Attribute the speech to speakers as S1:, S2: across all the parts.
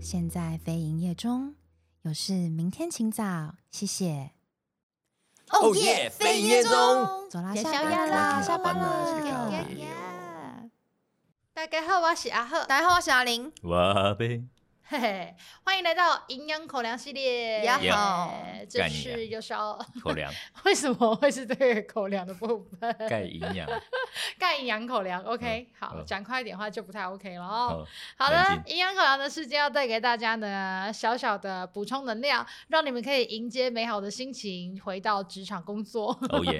S1: 现在非营业中，有事明天请早，谢谢。
S2: 哦耶，飞耶中。
S1: 走啦，
S3: 吃
S1: 下
S3: 宵夜
S1: 班
S3: 啦
S1: 啦，
S3: 下
S1: 班
S3: 班
S1: 了，
S3: 啦
S1: 耶耶
S2: 耶
S3: 大家好，我是阿赫，大家好，我是阿玲。
S2: 哇呗，
S3: 嘿嘿，欢迎来到营养口粮系列。
S4: 呀
S3: 好，哎这
S2: 干你啊
S3: 是又是要
S2: 口粮
S3: 为什么会是这个口粮的部分？
S2: 钙营养，
S3: 盖营养口粮，OK，、好，
S2: 嗯
S3: 讲快一点话就不太 OK 了哦。
S2: 好
S3: 好
S2: 冷
S3: 的，
S2: 静
S3: 营养口粮的世界要带给大家呢小小的补充能量，让你们可以迎接美好的心情，回到职场工作。
S2: 哦 耶，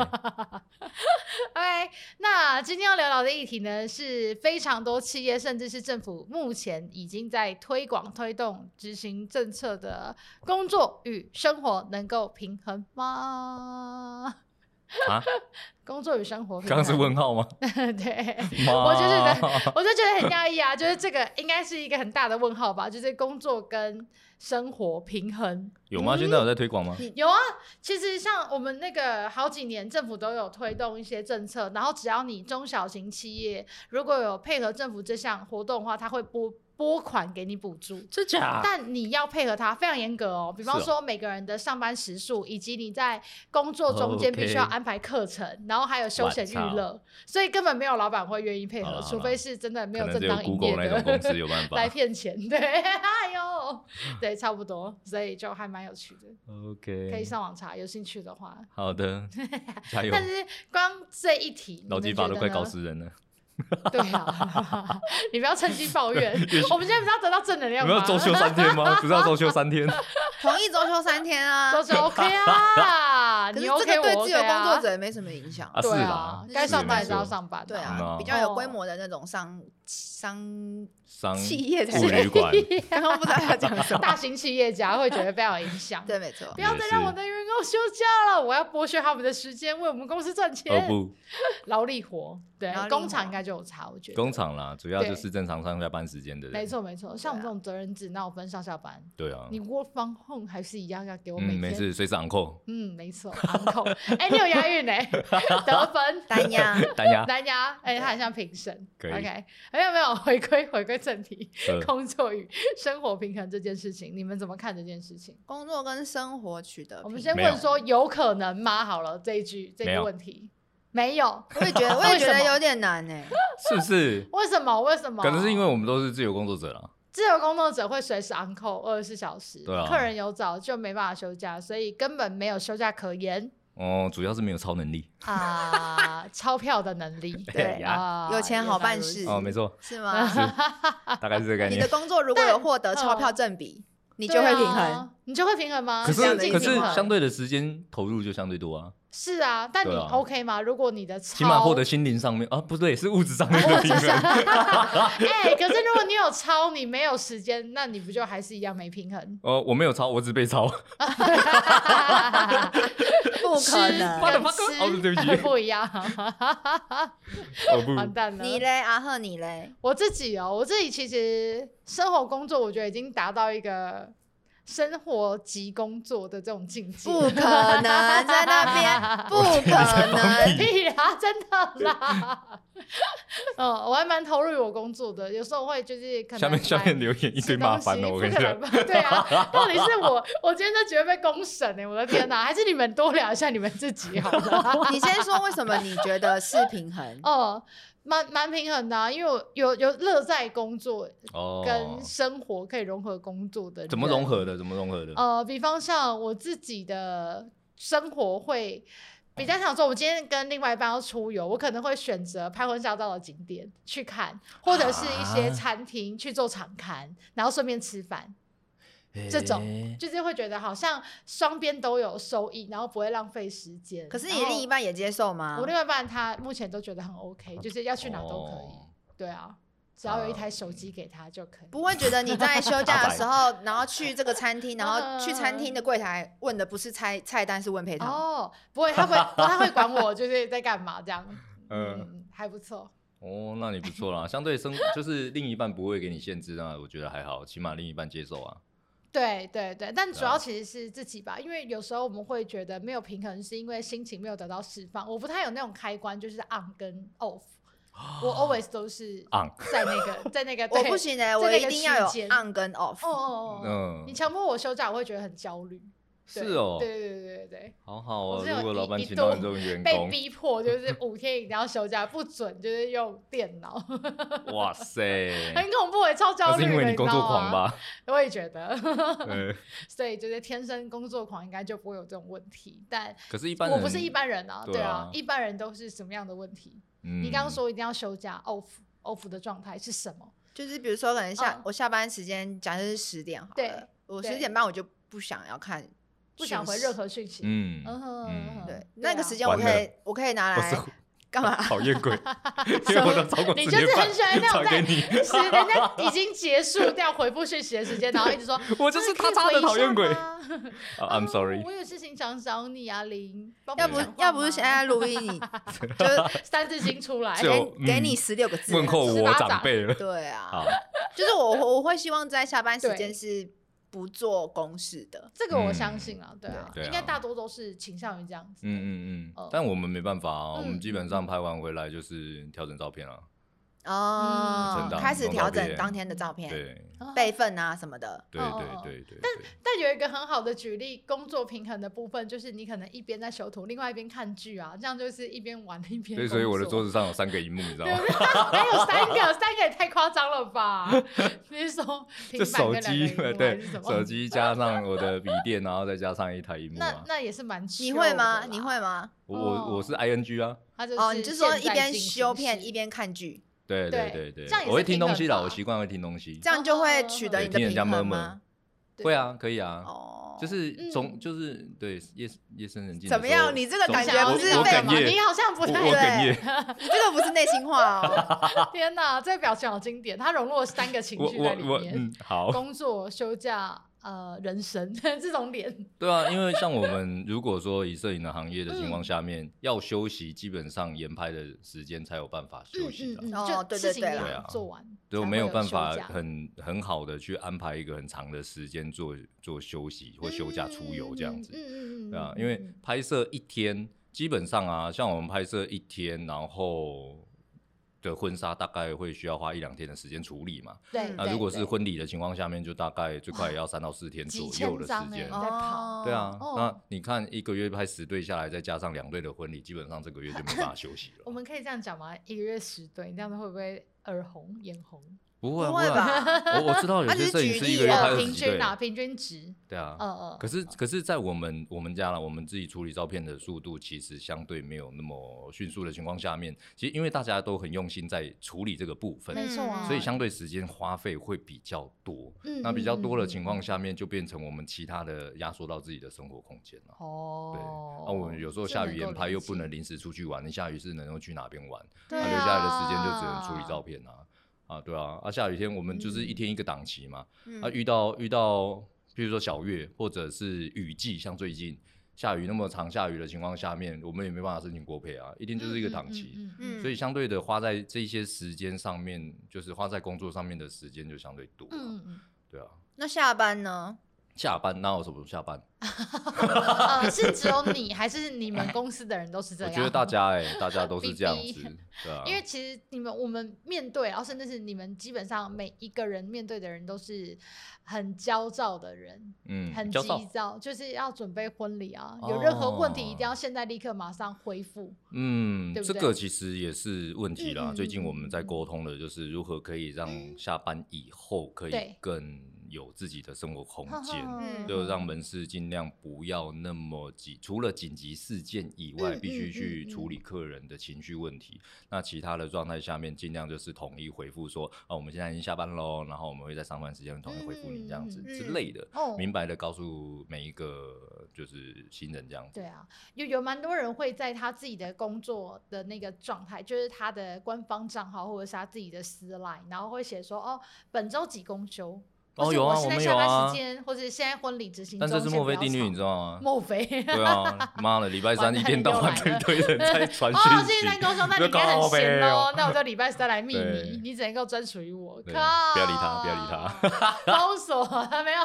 S3: OK，那今天要聊到的议题呢，是非常多企业甚至是政府目前已经在推广、推动、执行政策的工作与生活能够平衡吗？
S2: 啊，
S3: 工作与生活平衡，
S2: 刚刚是问号吗？
S3: 对，
S2: 我
S3: 就觉我就觉得很压抑啊，就是这个应该是一个很大的问号吧，就是工作跟生活平衡。
S2: 有吗？现在有在推广吗？
S3: 有啊，其实像我们那个好几年，政府都有推动一些政策，然后只要你中小型企业如果有配合政府这项活动的话，它会拨拨款给你补助。
S2: 真假
S3: 但你要配合它，非常严格哦。比方
S2: 啊是哦
S3: 说每个人的上班时数，以及你在工作中间
S2: 哦 OK
S3: 必须要安排课程，然后还有休闲娱乐，所以根本没有老板会愿意配
S2: 好
S3: 合
S2: 啦，好啦
S3: 除非是真的没
S2: 可能
S3: 正
S2: 只有
S3: 当营
S2: Google
S3: 业
S2: 那种
S3: 的
S2: 公 司有办法
S3: 来。骗钱。对， 哎呦，对，差不多，所以就还蛮有趣的。可以
S2: OK，
S3: 上网查，有兴趣的话。
S2: 好 的，加油
S3: 但。是光这一题，
S2: 劳基
S3: 你们
S2: 法
S3: 觉
S2: 都
S3: 得
S2: 快
S3: 呢
S2: 搞。死人了，
S3: 对啊， 你不要趁机抱 怨，我们现在不是要得到正能
S2: 有
S3: 量
S2: 没
S3: 吗？
S2: 有周休三天吗？不是要周休三 天？啊
S4: 同意周休三天啊，
S3: 周休 OK 啊，
S4: 可
S3: 你
S4: 是
S3: OK
S4: 这个对
S3: 我
S4: 自由
S3: OK 啊
S4: 工作者也没什么影响。
S2: 啊，是
S3: 对
S2: 啦
S3: 啊，，该上班还是要
S2: 没错
S3: 上班，
S4: 对
S2: 嗯
S4: 啊
S2: 哦，
S4: 比较有规模的那种商商
S2: 商
S4: 企业才
S2: 物旅
S4: 是。
S2: 馆，
S4: 刚刚不知道要讲 什么。
S3: 大型企业家会觉得非常有影响。
S4: 对，没错
S3: 不。要再让我的员工休假了，我要剥削他们的时间，为我们公司赚
S2: 哦
S3: 钱。
S2: 不，
S3: 劳力活，对
S4: 劳力，活
S3: 工厂应该就有差，我觉得。
S2: 工厂啦，主要
S3: 对
S2: 就是正常上下班时间的人。
S3: 没，错没错，像我们这
S4: 对啊
S3: 种责任制，那我分上下班，
S2: 对啊，
S3: 你 work from home 还是一样要给我每
S2: 嗯，没
S3: 天。
S2: 事，随时昂扣，
S3: 嗯，没错，uncle，哎、你有押韵哎、得分。
S4: 单
S3: 啊
S4: 压，
S2: 单压，
S3: 蓝牙，哎、他很像评审。
S2: 可以
S3: OK，没有没有，回归回归正题，
S2: 呃
S3: 工作与生活平衡这件事情，你们怎么看这件事情？
S4: 工作跟生活取得平衡。
S3: 我们先
S2: 没有
S3: 问说有可能吗？好了，这一句这
S2: 没
S3: 个
S2: 有
S3: 问题没有，
S4: 我也觉得，我也觉
S3: 为什
S4: 得
S3: 么
S4: 有点难欸呢。
S2: 是不是？
S3: 为什么？为什么？
S2: 可能是因为我们都是自由工作者啦。
S3: 自由工作者会随时 on call 二十四小时，
S2: 对啊
S3: 客人有早就没办法休假，所以根本没有休假可言
S2: 哦，主要是没有超能力。
S3: 啊、 钞票的能力。
S4: 对
S2: 呀，
S3: 啊，
S4: 有钱好办事
S3: 原来如此
S2: 哦，没错，
S4: 是吗？
S2: 是
S3: 啊
S2: 大概是这个概
S4: 你
S2: 念
S4: 的。工作如果有获得钞票正比，你就会平
S3: 对
S4: 衡。
S3: 啊，你就会平衡吗？
S2: 可
S4: 这
S2: 是
S4: 样的一
S2: 可
S4: 个
S2: 是
S4: 情况
S2: 相对的时间投入就相对多啊，
S3: 是啊，但你
S2: 对啊
S3: OK 吗？如果你的超，
S2: 起码获得心灵上面啊，不对，是物质上面的平 衡。？
S3: 哎、可是如果你有超，你没有时间，那你不就还是一样没平衡
S2: 哦，我没有超，我只被 超。
S4: 不可能
S2: What the fuck？
S3: 吃跟吃
S2: 哦对不起
S3: 不一样，
S2: 嗯哦不，
S3: 完蛋了。
S4: 你嘞，阿赫你嘞，
S3: 我自己哦，我自己其实生活工作，我觉得已经达到一个生活及工作的这种境界。
S4: 不可能在那边， 不可能。
S3: 屁
S2: 啊
S3: 啦，真的 啦。嗯，我还蛮投入于我工作的，有时候会就是可能
S2: 下面下面
S3: 买
S2: 留言一
S3: 吃
S2: 堆
S3: 东
S2: 骂翻
S3: 西
S2: 了，我跟你
S3: 不可
S2: 讲
S3: 能。吧对 啊，到底是我，我今天这绝对被公审哎、我的天哪、还是你们多聊一下你们自己好 了。
S4: 你先说为什么你觉得是平衡？
S3: 哦、蛮蛮平衡的、啊，因为我有有乐在工作
S2: 哦
S3: 跟，生活可以融合工作的人
S2: 怎么融？合的？怎么融合的？
S3: 呃，比方像我自己的生活会。比较想说，我今天跟另外一半要出游，我可能会选择拍婚纱照的景点去看，或者是一些
S2: 啊
S3: 餐厅去做场刊，然后顺便吃饭，这种
S2: 哎
S3: 就是会觉得好像双边都有收益，然后不会浪费时间。
S4: 可是
S3: 然
S4: 你另
S3: 后
S4: 一半也接受吗
S3: 我？另外一半他目前都觉得很 OK，就是要去哪都可以。
S2: 哦
S3: 对啊，只要有一
S2: 啊
S3: 台手机给他就可以。
S4: 不会觉得你在休假的时
S3: 哦
S4: 候，然后去这个餐
S3: 嗯
S4: 厅，然后去餐厅的柜台问的不是菜菜单，是问配套。
S3: 哦，不会，他会 他会管我，就是在干嘛这样。
S2: 嗯
S3: 嗯，还不错。
S2: 哦，那你不错啦，相对生 就是另一半不会给你限制啊，我觉得还好，起码另一半接受啊。
S3: 对对对，但主
S2: 对啊
S3: 要其实是自己吧，因为有时候我们会觉得 没有平衡，是因为心情没有得到释放。我不太有那种开关，就是 on 跟 off，我 always 都是
S2: on
S3: 在那个 在那个，
S4: 我
S3: 对
S4: 不行哎，
S3: 在
S4: 我
S3: 那
S4: 一
S3: 个
S4: 定
S3: 区
S4: 要有
S3: 间
S4: on 跟 off。
S3: 哦哦哦，
S2: 嗯
S3: 你，强迫我休假，我会觉得很焦虑。
S2: 是
S3: 对
S2: 哦，
S3: 对对对对对。
S2: 好好哦
S3: 我。是有
S2: 如果
S3: 一
S2: 老板
S3: 一
S2: 请到你这
S3: 度
S2: 种员
S3: 被
S2: 工，
S3: 逼迫 就是五天一定要休假，不准就是用电脑， 很
S2: 哇塞，
S3: 恐怖哎、超焦
S2: 那
S3: 虑
S2: 是
S3: 的，
S2: 因为你
S3: 知
S2: 工作
S3: 道
S2: 狂
S3: 吗？
S2: 吧？
S3: 我也觉得，
S2: 对。
S3: 所以就是天生工作狂应该就不会有这种问题。但
S2: 可是，一般
S3: 我
S2: 人
S3: 不是一，般人啊，
S2: 对
S3: 对
S2: 啊嗯
S3: 一般人都是什么样的问题？
S2: 你
S3: 你刚刚说一定要休假，off off 的状态是什么？
S4: 就是比如说，可能下、
S3: 嗯
S4: 我下班时间假设是十点好了，
S3: 对
S4: 我
S3: 对
S4: 十点半我就不想要看讯息，
S3: 不想回任何讯息。
S2: 嗯
S3: 嗯哼
S2: 嗯
S3: 嗯
S4: 对、
S3: 对
S4: 那个
S3: 啊
S4: 时间我可以我可以拿
S2: 我是
S4: 来干 嘛？
S2: 讨厌 鬼，因为我都超过
S3: 你
S2: 十
S3: 就是
S2: 点半
S3: 很喜欢那种
S2: 传
S3: 在
S2: 给你，
S3: 是人家已经结束掉回复讯息的时间，然后一直 说
S2: 我就是
S3: 啊可以
S2: 他妈的
S3: 回一下
S2: 讨厌鬼
S3: 吗
S2: 啊 I'm
S3: 哦
S2: sorry，
S3: 我有事情想找你啊，林。帮
S4: 要
S3: 我
S4: 不
S3: 讲话
S4: 要不是
S3: 吗
S4: 现在哎录音，你就是
S3: 三字经出来，
S2: 就
S4: 给、
S2: 嗯
S4: 给你十六个字
S2: 问候
S3: 十
S2: 我
S3: 八
S2: 长
S3: 掌
S2: 辈 了。
S4: 对啊，
S2: 好，
S4: 就是我我会希望在下班时
S3: 对
S4: 间是不做公事的，
S3: 这个我相信啊，对啊，
S2: 对啊
S3: 应该大多都是倾向于这样子。嗯嗯，
S2: 嗯嗯嗯
S3: 哦，
S2: 但我们没办法啊，我们
S3: 嗯
S2: 基本上拍完回来就是调整照片啊，
S4: 哦
S3: 嗯
S2: 成，长
S4: 开始调
S2: 啊弄照
S4: 整
S2: 片
S4: 当天的照片、
S2: 对
S4: 备份啊什么的。
S2: 对
S3: 哦
S2: 对
S3: 哦哦
S2: 对对。对
S3: 但有一个很好的举例，工作平衡的部分就是你可能一边在修图，另外一边看剧啊，这样就是一边玩一边。
S2: 对，所以我的 桌。子哦上有三个荧幕，你知道
S3: 对，
S2: 吗？
S3: 还有三个，三个也太夸张了吧？ 你是说平
S2: 就
S3: 板
S2: 手
S3: 跟两
S2: 机
S3: 个荧幕
S2: 嘛，
S3: 还
S2: 对
S3: 是什，么
S2: 手。 机加上我的笔电，然后再加上一台荧幕
S3: 那哦
S2: 啊。
S3: 那也是蛮 chill
S4: 你
S3: 的啦。
S4: 会吗？你会吗？
S2: 我我我是 ING 啊，
S3: 他就是
S4: 哦，你就说一边修
S3: 一
S4: 片
S3: 边。
S4: 一边看剧，
S2: 对对
S3: 对
S2: 对对
S3: 这样也，是
S2: 我会听东西啦，
S3: 平衡吧
S2: 我习惯会听东西
S4: 这，样就会取得
S2: 对
S4: 你的
S2: 听人家
S4: 平衡
S2: 闷
S4: 吗？
S3: 对
S2: 会啊，可以啊，
S4: 哦，
S2: 就是
S3: 嗯
S2: 总就是对夜夜深人静的时候。
S4: 怎么样你这个
S2: 总
S4: 感
S3: 想
S4: 觉
S3: 要
S4: 不
S3: 知
S4: 是
S3: 道
S2: 我
S4: 被
S2: 哽
S3: 嘛
S2: 咽
S3: 你好像不
S2: 我
S3: 太
S2: 我哽
S4: 对
S2: 咽，，
S4: 你这个不是内心话哦。
S3: 天哪，这表情好经典，它融入了三个情
S2: 我
S3: 绪在
S2: 我
S3: 里
S2: 我
S3: 面：
S2: 嗯，好，
S3: 工作、休假、呃，人生 这种脸。
S2: 对啊，因为像我们如果说以摄影的行业的情
S3: 嗯
S2: 况下面，要休息，基本上研拍的时间才有办法休息啦。
S3: 嗯
S4: 哦
S3: 就
S4: 对
S3: 事
S4: 对
S3: 情
S4: 对
S3: 一
S4: 啦
S3: 定
S2: 对
S3: 要
S2: 啊
S3: 做完，
S2: 对，我
S3: 才
S2: 没
S3: 会
S2: 有
S3: 有
S2: 办法
S3: 休假
S2: 很很好的去安排一个很长的时间做做休息或休假出游这样子，
S3: 嗯嗯嗯嗯嗯嗯嗯，
S2: 对啊，因为拍摄一天基本上啊，像我们拍摄一天，然后的婚纱大概会需要花一两天的时间处理嘛，
S3: 对，
S2: 那
S3: 对
S2: 如果是
S3: 嗯对
S2: 婚礼的情况下面，就大概最快也要三到四天左
S3: 几千
S2: 右的时
S3: 张欸
S2: 间
S3: 在。跑
S2: 对啊，
S3: 哦
S2: 那你看一个月拍十对下来，再加上两对的婚礼，基本上这个月就没办法休息
S3: 我
S2: 了。
S3: 们可以这样讲吗？一个月十对，你这样子会不会耳红眼红？
S2: 不会啊
S4: 不
S2: 不
S4: 会
S2: 会啊，我我知 道有
S4: 他只
S2: 些
S4: 是
S2: 摄影
S4: 举
S2: 师
S4: 例
S2: 一个月拍
S4: 啊
S2: 二
S3: 呃
S2: 十
S3: 平
S2: 几
S3: 均
S2: 对，
S3: 啊，平均值，
S2: 对啊
S3: 嗯。嗯，
S2: 可是可是在我们我们家了，我们自己处理照片的速度其实相对没有那么迅速的情况下面，其实因为大家都很用心在处理这个部分，
S3: 没错啊，
S2: 所以相对时间花费会比较多。
S3: 嗯
S2: 那比较多的情况，
S3: 嗯嗯嗯
S2: 下面，就变成我们其他的压缩到自己的生活空间了。对，
S3: 哦，
S2: 那我们有时候
S3: 这
S2: 下
S3: 能
S2: 雨
S3: 够
S2: 研拍
S3: 理
S2: 又不
S3: 解
S2: 能临时出去玩，你下雨是能够去哪边玩？
S3: 对
S2: 那
S3: 啊
S2: 留下来的时间就只能处理照片啊，啊，对啊，啊，下雨天我们就是一
S3: 嗯
S2: 天一个档期嘛，
S4: 嗯
S2: 啊，遇到遇到，比如说小月或者是雨季，像最近下雨那么长下雨的情况下面，我们也没办法申请国赔啊，一天就是一个档期，
S3: 嗯
S4: 嗯
S2: 所以相对的花在这些时间上面，就是花在工作上面的时间就相对多、啊，
S3: 嗯嗯，
S2: 对啊，
S4: 那下班呢？
S2: 下班哪有什么下班？
S3: 呃，是只有你还是你们公司的人都是这
S2: 我
S3: 样？
S2: 觉得大，家哎、 大家都
S3: 逼
S2: 是这样
S3: 逼
S2: 子，对啊，
S3: 因为其实你们我们面对，然后甚至是你们基本上每一个人面对的人都是很焦躁的人，
S2: 嗯
S3: 很
S2: 焦
S3: 急
S2: 躁，
S3: 躁，就是要准备婚礼啊，
S2: 哦
S3: 有任何问题一定要现在立刻马上恢复。
S2: 嗯，
S3: 对不
S2: 这
S3: 对
S2: 个其实也是问题啦。
S3: 嗯嗯
S2: 最近我们在
S3: 嗯嗯
S2: 沟通的就是如何可以让
S3: 嗯
S2: 下班以后可以
S3: 对
S2: 更有自己的生活空间，
S4: 嗯
S2: 就让门市尽量不要那么急。除了紧急事件以外，
S3: 嗯
S2: 必须去
S3: 嗯嗯
S2: 处理客人的情绪问题。那其他的状态下面，尽量就是统一回复说，啊，我们现在已经下班喽，然后我们会在上班时间统一回复你这样子
S3: 嗯
S4: 嗯嗯
S2: 之类的，
S3: 哦
S2: 明白的告诉每一个就是新人这样子。
S3: 对啊，有有蛮多人会在他自己的工作的那个状态，就是他的官方账号或者是他自己的私 line，然后会写说哦，本周几公休，
S2: 哦
S3: 或是
S2: 有啊
S3: 我现在
S2: 我们
S3: 下
S2: 有啊
S3: 班时间，或者现在婚礼执行中，
S2: 但这是墨菲定律，你知
S3: 道
S2: 道吗？
S3: 墨菲，
S2: 对啊，妈的，礼拜
S3: 完
S2: 三
S3: 蛋
S2: 一天到晚
S3: 又
S2: 这
S3: 来
S2: 一
S3: 了
S2: 堆人在传
S3: 哦，
S2: 讯
S3: 最近在
S2: 息，
S3: 公休，那你
S2: 这
S3: 应该
S2: 靠
S3: 很
S2: 北
S3: 闲喽
S2: 哦。
S3: 那我就礼拜三来密
S2: 对
S3: 你，你只能够专属于我。
S2: 对
S3: 靠！
S2: 不要理他不要理
S3: 他，封锁没有。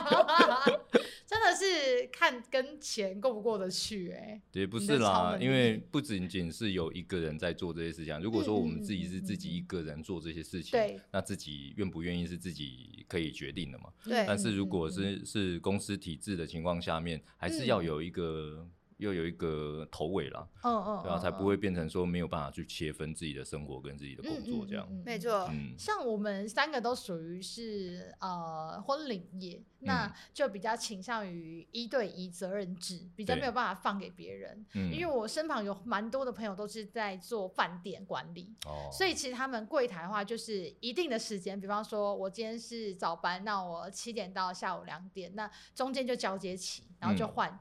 S3: 真的是看跟钱过不过得去哎、
S2: 也不
S3: 你
S2: 是
S3: 在操
S2: 啦，
S3: 能
S2: 因
S3: 力
S2: 为不仅仅是有一个人在做这些事情。如果说我
S3: 嗯
S2: 们自己
S3: 嗯
S2: 是
S3: 嗯
S2: 自己
S3: 嗯
S2: 一个人做这些事情，
S3: 对，
S2: 那自己愿不愿意是自己可以决定的嘛。
S4: 对
S2: 但是如
S3: 嗯
S2: 果是是公司体制的情况下面，还是要有一个又有一个头尾啦，
S3: 嗯嗯，
S2: 对啊，
S3: 嗯
S2: 才不会变成说没有办法去切分自己的生活跟自己的
S3: 嗯
S2: 工作这样。
S3: 嗯嗯嗯
S4: 没错，
S2: 嗯，
S3: 像我们三个都属于是呃婚礼业，
S2: 嗯
S3: 那就比较倾向于一对一责任制，比较
S2: 对
S3: 没有办法放给别人。
S2: 嗯
S3: 因为我身旁有蛮多的朋友都是在做饭店管理，
S2: 哦，
S3: 所以其实他们柜台的话，就是一定的时间，比方说我今天是早班，那我七点到下午两点，那中间就交接期，然后就
S2: 嗯
S3: 换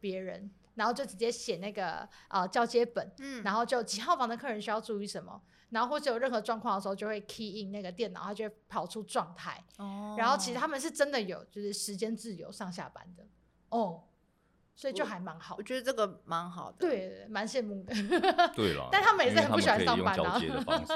S3: 别人，然后就直接写那个呃交接本，
S4: 嗯，
S3: 然后就几号房的客人需要注意什么，然后或者有任何状况的时候，就会 key in 那个电脑，它就会跑出状态。
S4: 哦
S3: 然后其实他们是真的有就是时间自由上下班的哦，所以就
S4: 我
S3: 还蛮好
S4: 我。觉得这个蛮好的，，
S3: 对，蛮羡慕的。
S2: 对了，
S3: 但他们也是
S2: 因为
S3: 很不喜欢
S2: 可以
S3: 上
S2: 用
S3: 班啊
S2: 交接的方式，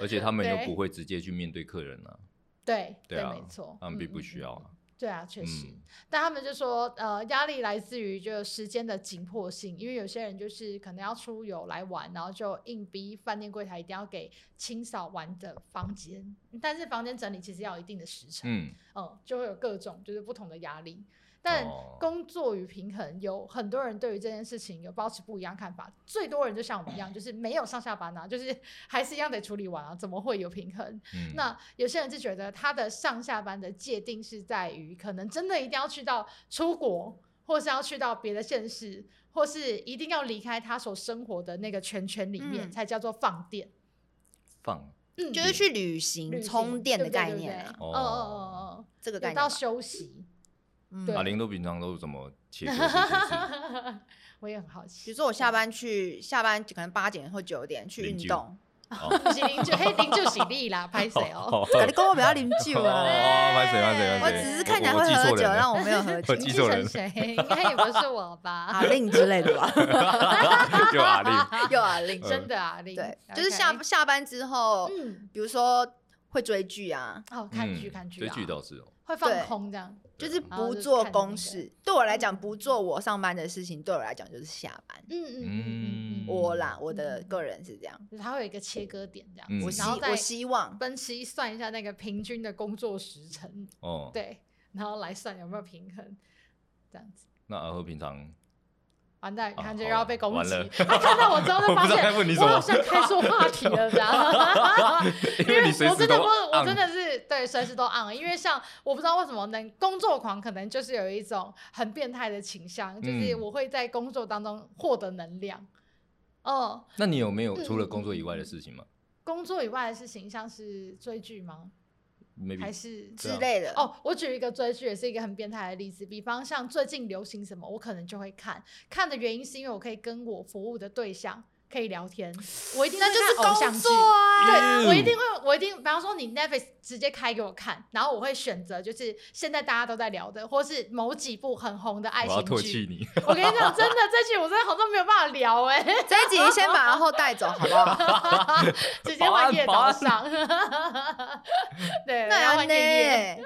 S2: 而且他们又
S3: 对
S2: 不会直接去面对客人啊，
S3: 对
S2: 对啊
S3: 没错，
S2: 他们并
S3: 嗯
S2: 不
S3: 嗯
S2: 需
S3: 嗯
S2: 要
S3: 嗯
S2: 啊。
S3: 对啊，确实。
S2: 嗯
S3: 但他们就说，呃，压力来自于就时间的紧迫性，因为有些人就是可能要出游来玩，然后就硬逼饭店柜台一定要给清扫完的房间，但是房间整理其实要有一定的时程，嗯
S2: 嗯，
S3: 就会有各种就是不同的压力。但
S2: 哦
S3: 工作与平衡，有很多人对于这件事情有保持不一样看法。最多人就像我们一样，就是没有上下班啊，就是 还是一样得处理完啊，怎么会有平衡？
S2: 嗯
S3: 那有些人就觉得他的上下班的界定是在于，可能真的一定要去到出国，或是要去到别的县市，或是一定要离开他所生活的那个圈圈里面，
S4: 嗯
S3: 才叫做放电。
S2: 放
S3: 嗯，
S4: 就是去旅行
S3: 旅行
S4: 充电的
S3: 对不对
S4: 概
S3: 对不
S4: 念
S3: 对
S4: 啊，
S2: 哦
S3: 嗯嗯嗯
S4: 这个
S3: 嗯
S4: 概
S3: 嗯，
S4: 念吧，
S3: 到 休息。
S4: 嗯
S3: 对
S2: 马林都平常都怎么切 割这件事？
S3: 我也很好
S4: 比
S3: 奇
S4: 如，说我下班去，下班可能八点或九点去
S2: 邻
S4: 运
S2: 居
S4: 动，
S2: 哦
S3: 不行零就嘿零就洗力啦，拍谁哦？
S2: 哦，
S4: 可能跟我比较邻居
S2: 哦，
S4: 啊。
S2: 拍谁拍谁
S4: 我
S2: 拍
S3: 对
S2: 谁？
S4: 只是看起来
S2: 我我
S4: 会
S2: 记
S4: 喝
S2: 错
S4: 酒，
S2: 人了
S4: 但我没有喝酒
S2: 我，记错人
S3: 你继承谁？ 应该也不是我吧？
S4: 阿令之类的吧，
S2: 就阿令，
S4: 又阿令，
S3: 真的啊，零
S4: 对，就是下下班之后，
S3: 嗯，
S4: 比如说会追剧啊，
S3: 哦，看
S2: 嗯
S3: 剧看剧
S2: 追
S3: 啊，
S2: 剧倒是哦，
S3: 会放
S4: 对
S3: 空这样。
S4: 就是
S3: 然后
S4: 不
S3: 哦就
S4: 做
S3: 看那
S4: 公
S3: 个
S4: 事。对我来讲，不做我上班的事情，对我来讲就是下班。
S3: 嗯嗯嗯嗯嗯，
S2: 嗯
S4: 我啦，我的个人是这样，
S3: 就是它会有一个切割点这样
S2: 嗯
S4: 我
S3: 子，
S4: 希
S3: 然后再
S4: 我希望
S3: 分析算一下那个平均的工作时程，
S2: 哦，
S3: 对，然后来算有没有平衡，这样子。
S2: 那阿和平常
S3: 完蛋，
S2: 啊
S3: 感觉
S2: 好
S3: 又要
S2: 了
S3: 被攻
S2: 完
S3: 击
S2: 了。
S3: 他看到我之后就 发
S2: 我不知道
S3: 现，
S2: 该问你什
S3: 我
S2: 么
S3: 好像开错话题了，这样。
S2: 因为你随
S3: 我
S2: 时
S3: 真
S2: 都
S3: 的不，我
S2: on
S3: 真的是对随时都 on，因为像我不知道为什么能工作狂，可能就是有一种很变态的倾向，就是
S2: 嗯
S3: 我会在工作当中获得能量。哦，
S2: 那你有没有
S3: 嗯
S2: 除了工作以外的事情吗
S3: 工作以外的事情，像是追剧吗？还
S2: ？maybe
S3: 是
S4: 之类的。
S3: 哦，我举一个追剧也是一个很变态的例子，比方像最近流行什么，我可能就会看。看的原因是因为我可以跟我服务的对象可以聊天，我一定
S4: 那
S3: 会
S4: 就是
S3: 看偶像
S4: 工
S3: 剧
S4: 作。 啊，
S3: 对，我一
S2: Ew
S3: 定会，我一定，比方说你 Netflix 直接开给我看，然后我会选择就是现在大家都在聊的，或是某几部很红的爱
S2: 我要
S3: 情
S2: 唾
S3: 剧
S2: 弃。 你，
S3: 我跟你讲，真的这剧我真的好像没有办法聊哎、
S4: 这一集先把然后带走，好不好？
S3: 直接换夜
S2: 保
S3: 早
S2: 安
S3: 上。 对，
S4: 那
S3: 然后换夜夜。
S4: 呢？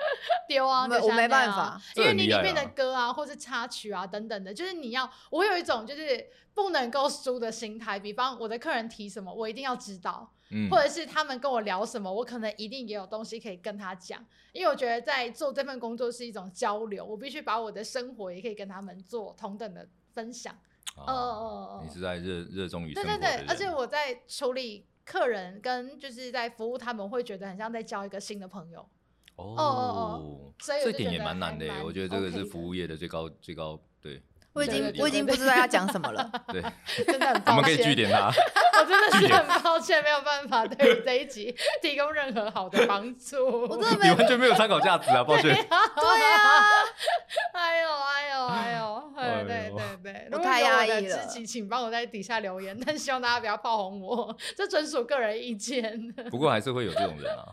S3: 丢啊，
S4: 我没
S3: 留下
S4: 我没
S3: 那
S4: 办
S3: 样啊
S4: 法，
S3: 因
S2: 这
S3: 为
S2: 很
S3: 你
S2: 厉
S3: 里
S2: 害
S3: 面的
S2: 啊
S3: 歌啊，或是插曲啊等等的，就是你要，我有一种就是不能够输的心态。比方我的客人提什么，我一定要知道，
S2: 嗯
S3: 或者是他们跟我聊什么，我可能一定也有东西可以跟他讲，因为我觉得在做这份工作是一种交流，我必须把我的生活也可以跟他们做同等的分享。
S2: 啊
S3: 哦哦哦
S2: 你是在热热衷于
S3: 对
S2: 生活
S3: 对
S2: 的
S3: 对
S2: 人，
S3: 而且我在处理客人跟就是在服务他们，会觉得很像在交一个新的朋友。哦
S2: 哦，
S3: 所以我
S2: 这
S3: 就
S2: 点也
S3: 觉得
S2: 蛮
S3: 还
S2: 难的耶，
S3: 蛮
S2: 我觉得这个
S3: OK
S2: 是
S3: 的
S2: 服务业的最高最高对。
S4: 我已
S2: 对
S4: 经
S2: 对
S4: 我已经不知道要讲什么 了。
S2: 对，
S3: 真的很
S2: 我
S3: 抱歉。
S2: 们可以据点他。
S3: 我真的是很抱歉，没有办法对于这一集提供任何好的帮助。
S4: 真的
S2: 你完全没有参考价 值啊，抱歉。
S3: 对啊，哎呦哎呦哎呦，
S2: 哎
S3: 哎
S2: 呦
S3: 对对对，
S4: 我
S3: 如果
S4: 太
S3: 有
S4: 压
S3: 我的
S4: 抑了
S3: 知。己请帮我在底下留言，但希望大家不要炮轰我，这纯属个人意见。
S2: 不过还是会有这种人 啊，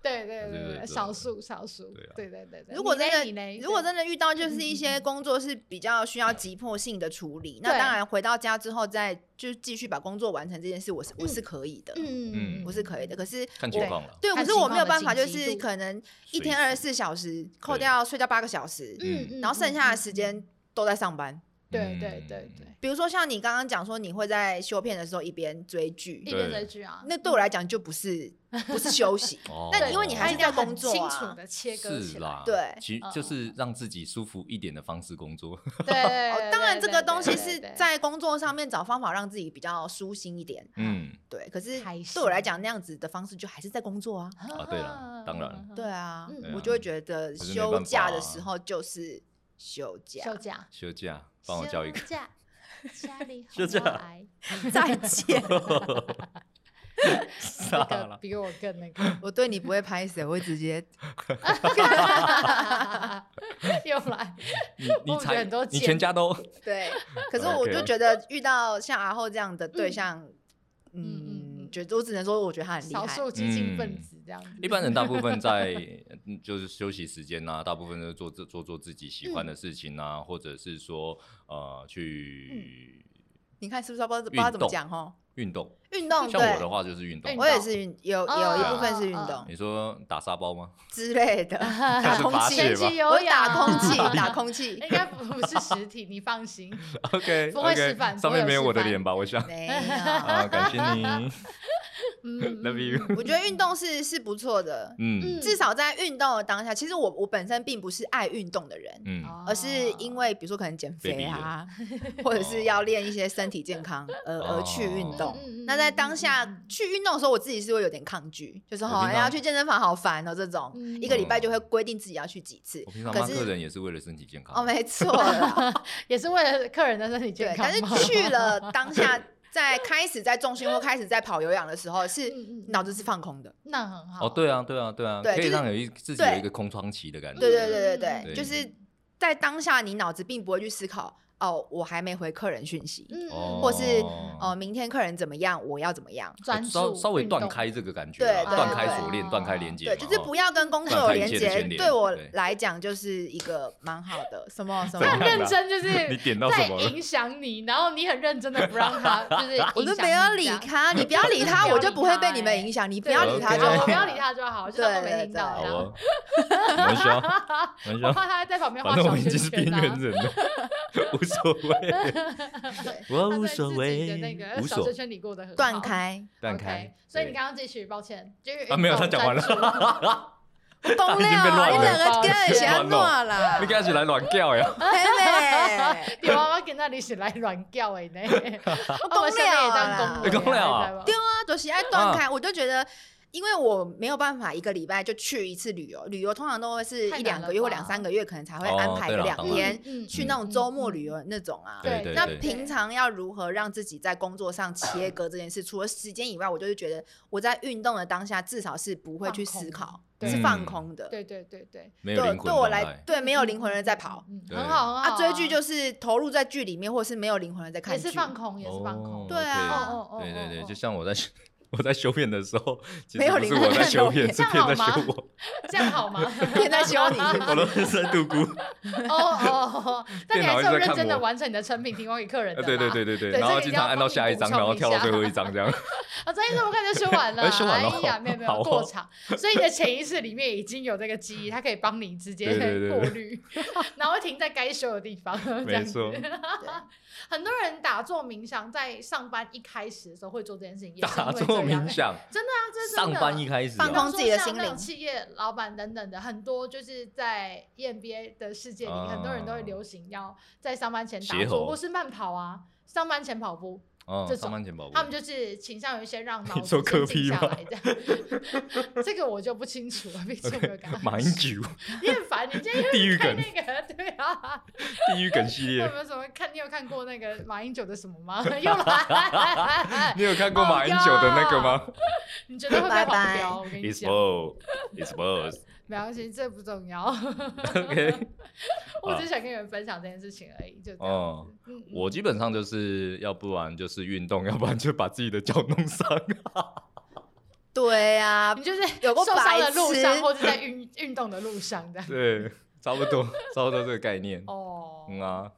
S3: 对对
S2: 对对
S3: 对，
S2: 对
S3: 少数少数
S2: 对啊，
S3: 对对对对。
S4: 如果
S3: 你嘞
S4: 真
S3: 你嘞
S4: 的，如果
S3: 对
S4: 真的遇到就是一
S3: 嗯嗯
S4: 些
S3: 嗯
S4: 工作是比较需要急迫性的处理，那
S3: 对
S4: 当然回到家之后再就继续把工作完成这件事，我是我是可以的，
S3: 嗯，
S2: 嗯
S4: 我是可以的。可是
S2: 看情况了。
S4: 对，可
S3: 看
S4: 是
S3: 情
S4: 我
S3: 况
S4: 没有
S3: 的
S4: 办法，
S3: 紧
S4: 就
S3: 急
S4: 是
S3: 度
S4: 可能一天二
S2: 随
S4: 十
S2: 时
S4: 四小时，扣
S2: 对
S4: 掉睡觉八个小时，
S3: 嗯，嗯
S4: 然后剩下的时，
S3: 嗯嗯
S4: 间都在上班。
S3: 对
S2: 嗯
S3: 对对对，
S4: 比如说像你刚刚讲说，你会在修片的时候一边追剧
S3: 一，嗯
S2: 对，
S3: 边这句啊，
S4: 那对我来讲就不是不是休息
S2: 哦
S4: 那因为你还
S3: 他
S4: 是
S3: 一定要
S4: 在工
S3: 很
S4: 作
S3: 清
S4: 啊
S3: 楚的切割起
S2: 是
S3: 来
S2: 啦，，
S4: 对
S2: 其
S3: 嗯
S2: 就是让自己舒服一点的方式工作。
S3: 对对 对
S4: 哦
S3: 对，
S4: 当然
S3: 对
S4: 这个
S3: 对
S4: 东西
S3: 对
S4: 是
S3: 对
S4: 在工作上面找方法让自己比较舒心一点，
S2: 嗯，
S4: 对。可是
S3: 开
S4: 对我来
S3: 心
S4: 讲，那样子的方式就还是在工作啊，
S2: 啊对啦当然，
S4: 对啊我
S2: 对
S3: 嗯，
S2: 啊
S4: 就会觉得
S2: 可是没
S4: 休
S2: 办
S4: 假
S2: 法
S4: 的
S2: 啊
S4: 时候就是休假，
S3: 休假，
S2: 休假帮我叫一个
S3: 休。假，家 里
S2: 休假
S3: 好 来
S4: 再 见。
S3: 这
S2: 傻
S3: 个
S2: 了，
S3: 比我更 那个，
S4: 我对你不会拍谁，我会直接
S3: 又来，
S2: 你
S3: 我
S2: 你
S3: 觉
S2: 才
S3: 得很多
S2: 你
S3: 见
S2: 全家 都
S4: 对，可是我
S2: 啊 OK
S4: 就觉得遇到像阿后这样的对
S3: 嗯
S4: 象，
S3: 嗯
S4: 嗯，
S3: 嗯
S4: 觉得我只能说，我觉得他很厉
S3: 少
S4: 害。
S3: 数激进
S2: 嗯
S3: 分子这样子，
S2: 一般人大部分在嗯就是休息时间啊，大部分都做做做做自己喜欢的事情
S3: 嗯
S2: 啊，或者是说呃去
S4: 你看是不是？不知道不知道
S2: 运
S4: 怎么
S2: 动
S4: 讲哦。
S2: 运动。
S4: 运动，
S2: 像我的
S4: 对，
S2: 话就是运动
S3: 嗯运
S2: 啊，
S4: 我也是运，啊有有一部分是运
S3: 哦
S4: 动
S2: 你说打沙包 吗？
S4: 之类 的，打
S2: 是
S4: 空
S2: 发
S4: 气
S2: 泄
S3: 前
S2: 吧，
S3: 期有
S4: 我打空 气，
S3: 氧
S2: 啊
S4: 打空气
S3: 应。该不是实体，你放心。
S2: OK，
S3: 不会
S2: OK，
S3: 示范
S2: 上
S3: 不
S2: 面
S3: 会有
S2: 没有
S3: 示
S2: 我的
S3: 范
S2: 脸吧？我想
S4: 没有，
S2: 啊，感谢你
S3: 嗯
S2: ，Love you。
S4: 我觉得运动是是不错的，
S2: 嗯
S3: 嗯
S4: 至少在运动的当下，其实我我本身并不是爱运动的人，
S2: 嗯，
S4: 而是因
S3: 哦
S4: 为比如说可能减
S2: 被
S4: 肥
S2: 逼的
S4: 啊，或者是要练一些身体健康而而去运
S2: 哦
S4: 动
S3: 哦嗯嗯嗯。
S4: 那在当
S3: 嗯嗯
S4: 下去运动的时候，我自己是会有点抗拒，就是
S2: 我
S4: 好
S2: 听
S4: 像
S2: 到
S4: 要去健身房好烦哦，这种
S3: 嗯
S4: 一个礼拜就会规定自己要去几次
S2: 我平常。
S4: 可
S2: 骂客
S4: 是
S2: 人也是为了身体健康。
S4: 哦，没错 啦，
S3: 也是为了客人的身体
S4: 对
S3: 健，康
S4: 但
S3: 嘛。
S4: 是去 了当下，在开始在重训或开始在跑有氧的时候，是
S3: 嗯 嗯
S4: 脑子是放空的。
S3: 那很好。
S2: 哦，对啊，对啊，对啊，
S4: 对
S2: 可以
S4: 就是
S2: 让有一自己
S4: 对
S2: 有一个空窗期的感觉。
S4: 对对对对
S3: 嗯
S2: 对
S4: 对，就是在当下，你脑子并不会去思考哦，我还没回客人讯息，
S3: 嗯，
S2: 哦，
S4: 或是哦，明天客人怎么样，我要怎么样。
S3: 专注
S2: 哎稍稍微
S3: 运
S2: 断
S3: 动
S2: 开这个感觉
S4: 对
S2: 啦，
S4: 对
S2: 断开
S4: 对
S2: 锁链，断开连接嘛。
S4: 对，就是
S2: 哦
S4: 不要跟工作
S2: 断
S4: 有
S2: 开
S4: 连
S2: 一切的
S4: 接
S2: 牵，连
S4: 对我
S2: 对
S4: 来讲就是一个蛮好的什么什
S2: 这样
S3: 很
S4: 么，
S3: 认真，就 是
S2: 你点到什么了
S3: 在影响你，然后你很认真的不让 他，就是
S4: 我
S3: 影
S4: 就
S3: 响
S4: 没有
S3: 你
S4: 理
S3: 这样
S4: 他，你不要理 他，
S3: 你
S4: 我
S3: 不要
S4: 就
S3: 理
S4: 不会
S3: 他
S4: 被你
S3: 欸
S4: 们影响，你
S3: 对
S4: 不要理他就
S3: 好
S4: 好，
S3: 我不要理他就好，就当我没
S4: 对
S3: 听到
S2: 好
S3: 这 样。
S2: 啊，玩笑，玩
S3: 我
S2: 笑，
S3: 怕他在旁边画
S2: 哦反正我
S3: 小
S2: 们已
S3: 圈
S2: 经是边
S3: 圈啊，
S2: 缘人了，无所谓，
S4: 对
S2: 我
S3: 他
S2: 无
S3: 在自
S2: 所
S3: 己的那
S2: 谓，
S3: 个
S2: 无
S3: 小
S2: 所
S3: 圈圈里过得很好
S4: 断。开，
S2: 断
S3: OK，
S2: 开。
S3: 所以你
S2: 对
S3: 刚刚继续，抱歉，就是
S2: 啊，没有，他讲完
S3: 专注
S2: 了。
S4: 我懂
S2: 已经被
S4: 了，啊
S2: 乱
S4: 你
S2: 了
S4: 两 个跟人瞎闹啦，
S2: 你开始来乱 叫呀？
S4: 妹妹，
S3: 对我我今仔日是来乱叫的 呢，哦我
S4: 讲了啦
S3: 当公
S2: 讲了啊
S3: 啊
S4: 对啊，就是爱断
S2: 嗯
S4: 开，我就觉得。因为我没有办法一个礼拜就去一次旅游，旅游通常都会是
S3: 太
S4: 一
S3: 难
S4: 两
S3: 了
S4: 个月或
S3: 吧
S4: 两三个月，可能才会
S2: 哦
S4: 安排
S2: 对
S4: 个
S2: 啦
S4: 两
S2: 当然
S4: 天，
S3: 嗯
S4: 去
S2: 嗯
S4: 那种周末旅游那种啊。
S3: 对
S2: 对
S4: 那
S2: 对
S4: 平常要如何让自己在工作上切割这件事？除了时间以外，我就是觉得我在运动的当下，至少是不会去
S3: 放空
S4: 思考，
S3: 对
S4: 是放空的。
S3: 对对对对，
S2: 嗯没
S4: 对
S2: 有灵魂
S4: 对我
S2: 状
S4: 来
S2: 态，，
S4: 对没有灵魂的人在跑
S3: 嗯，
S2: 对
S3: 很好很好
S4: 啊，追剧就是投入在剧里面，或是没有灵魂的人在看
S3: 也
S4: 剧。
S3: 是放空，也是放空，
S2: 哦
S4: 对啊
S3: 哦哦哦
S2: 对对对，
S3: 哦
S2: 就像我在 我在修片的时候，其实
S4: 没有
S2: 不
S4: 灵
S2: 是
S4: 魂
S2: 我在
S4: 看
S2: 修
S4: 懂
S2: 片，
S4: 片
S2: 是
S3: 这
S2: 片
S3: 样
S2: 在
S3: 好
S2: 修
S3: 吗
S2: 我，
S3: 这 样好吗？
S4: 片在修你是不
S2: 我
S4: 是
S2: 都是在度孤。
S3: 哦哦哦，但你还是有
S2: 电脑一
S3: 认真
S2: 直在看
S3: 的
S2: 我
S3: 完成你的成品，提供给客人的
S2: 呃对
S3: 啦。
S2: 对对对对，
S3: 对
S2: 然
S3: 这
S2: 后
S3: 个一
S2: 经
S3: 定要
S2: 常按到
S3: 帮你
S2: 下一
S3: 补
S2: 张，
S3: 充
S2: 然后
S3: 一
S2: 跳到
S3: 下
S2: 最后一张这 样。
S3: 啊，这一这么快就修完了，
S2: 哎修完了
S3: 哎呀，没有没
S2: 好
S3: 有
S2: 哦
S3: 过场，所以你的潜意识里面已经有这个记忆，它可以帮你直接
S2: 对对对对
S3: 过滤， 然后会停在该修的地方。这样
S2: 没
S3: 子
S2: 错，
S4: 对
S3: 很多人打坐冥想，在上班一开始的时候会做这件事情，也是因
S2: 打
S3: 为这
S2: 坐
S3: 样
S2: 冥，想，
S3: 真的啊， 这是真
S2: 上
S3: 的
S2: 班一开始
S4: 放
S2: 啊
S4: 空自己的心灵
S3: 比方说像那种企业老板等等的，很多就是在 E EMBA 的世界里，
S2: 啊
S3: 很多人都会流行要在上班前打
S2: 斜
S3: 坐
S2: 吼
S3: 或是慢跑啊，上班前跑步，
S2: 哦
S3: 这，种
S2: 上班前宝
S3: 他
S2: 宝
S3: 们，就是倾向于先让脑
S2: 你
S3: 子
S2: 说
S3: 先
S2: 科
S3: 静
S2: 批
S3: 下
S2: 吗
S3: 来的。 这个我就不清楚了，毕竟我 没有感
S2: 马英九
S3: 你很烦，你今天又
S2: 地狱
S3: 看
S2: 梗，
S3: 那个，对 啊，
S2: 地狱梗系
S3: 我有
S2: 列
S3: 没，有什么看？你有看过 那个马英九的什么吗？又来，
S2: 你有看过马英九的那个吗？
S3: 你绝对会被
S4: 拜
S3: 黄
S4: 拜
S3: 标。我跟你
S2: It's
S3: 讲，
S2: both, it's both 。
S3: 没关系，这不重要。
S2: OK，
S3: 我只是想跟你们分享这件事情而已，就这
S2: 啊
S3: 样
S2: 哦
S3: 子。嗯嗯
S2: 我基本上就是要不然就是运动，要不然就把自己的脚弄伤。
S4: 对啊
S3: 你，就是
S4: 有够
S3: 受伤的
S4: 白
S3: 路上，
S4: 痴
S3: 或者在运运动的路上的。
S2: 对，差不多，差不多这个概念。
S3: 哦，
S2: 嗯啊，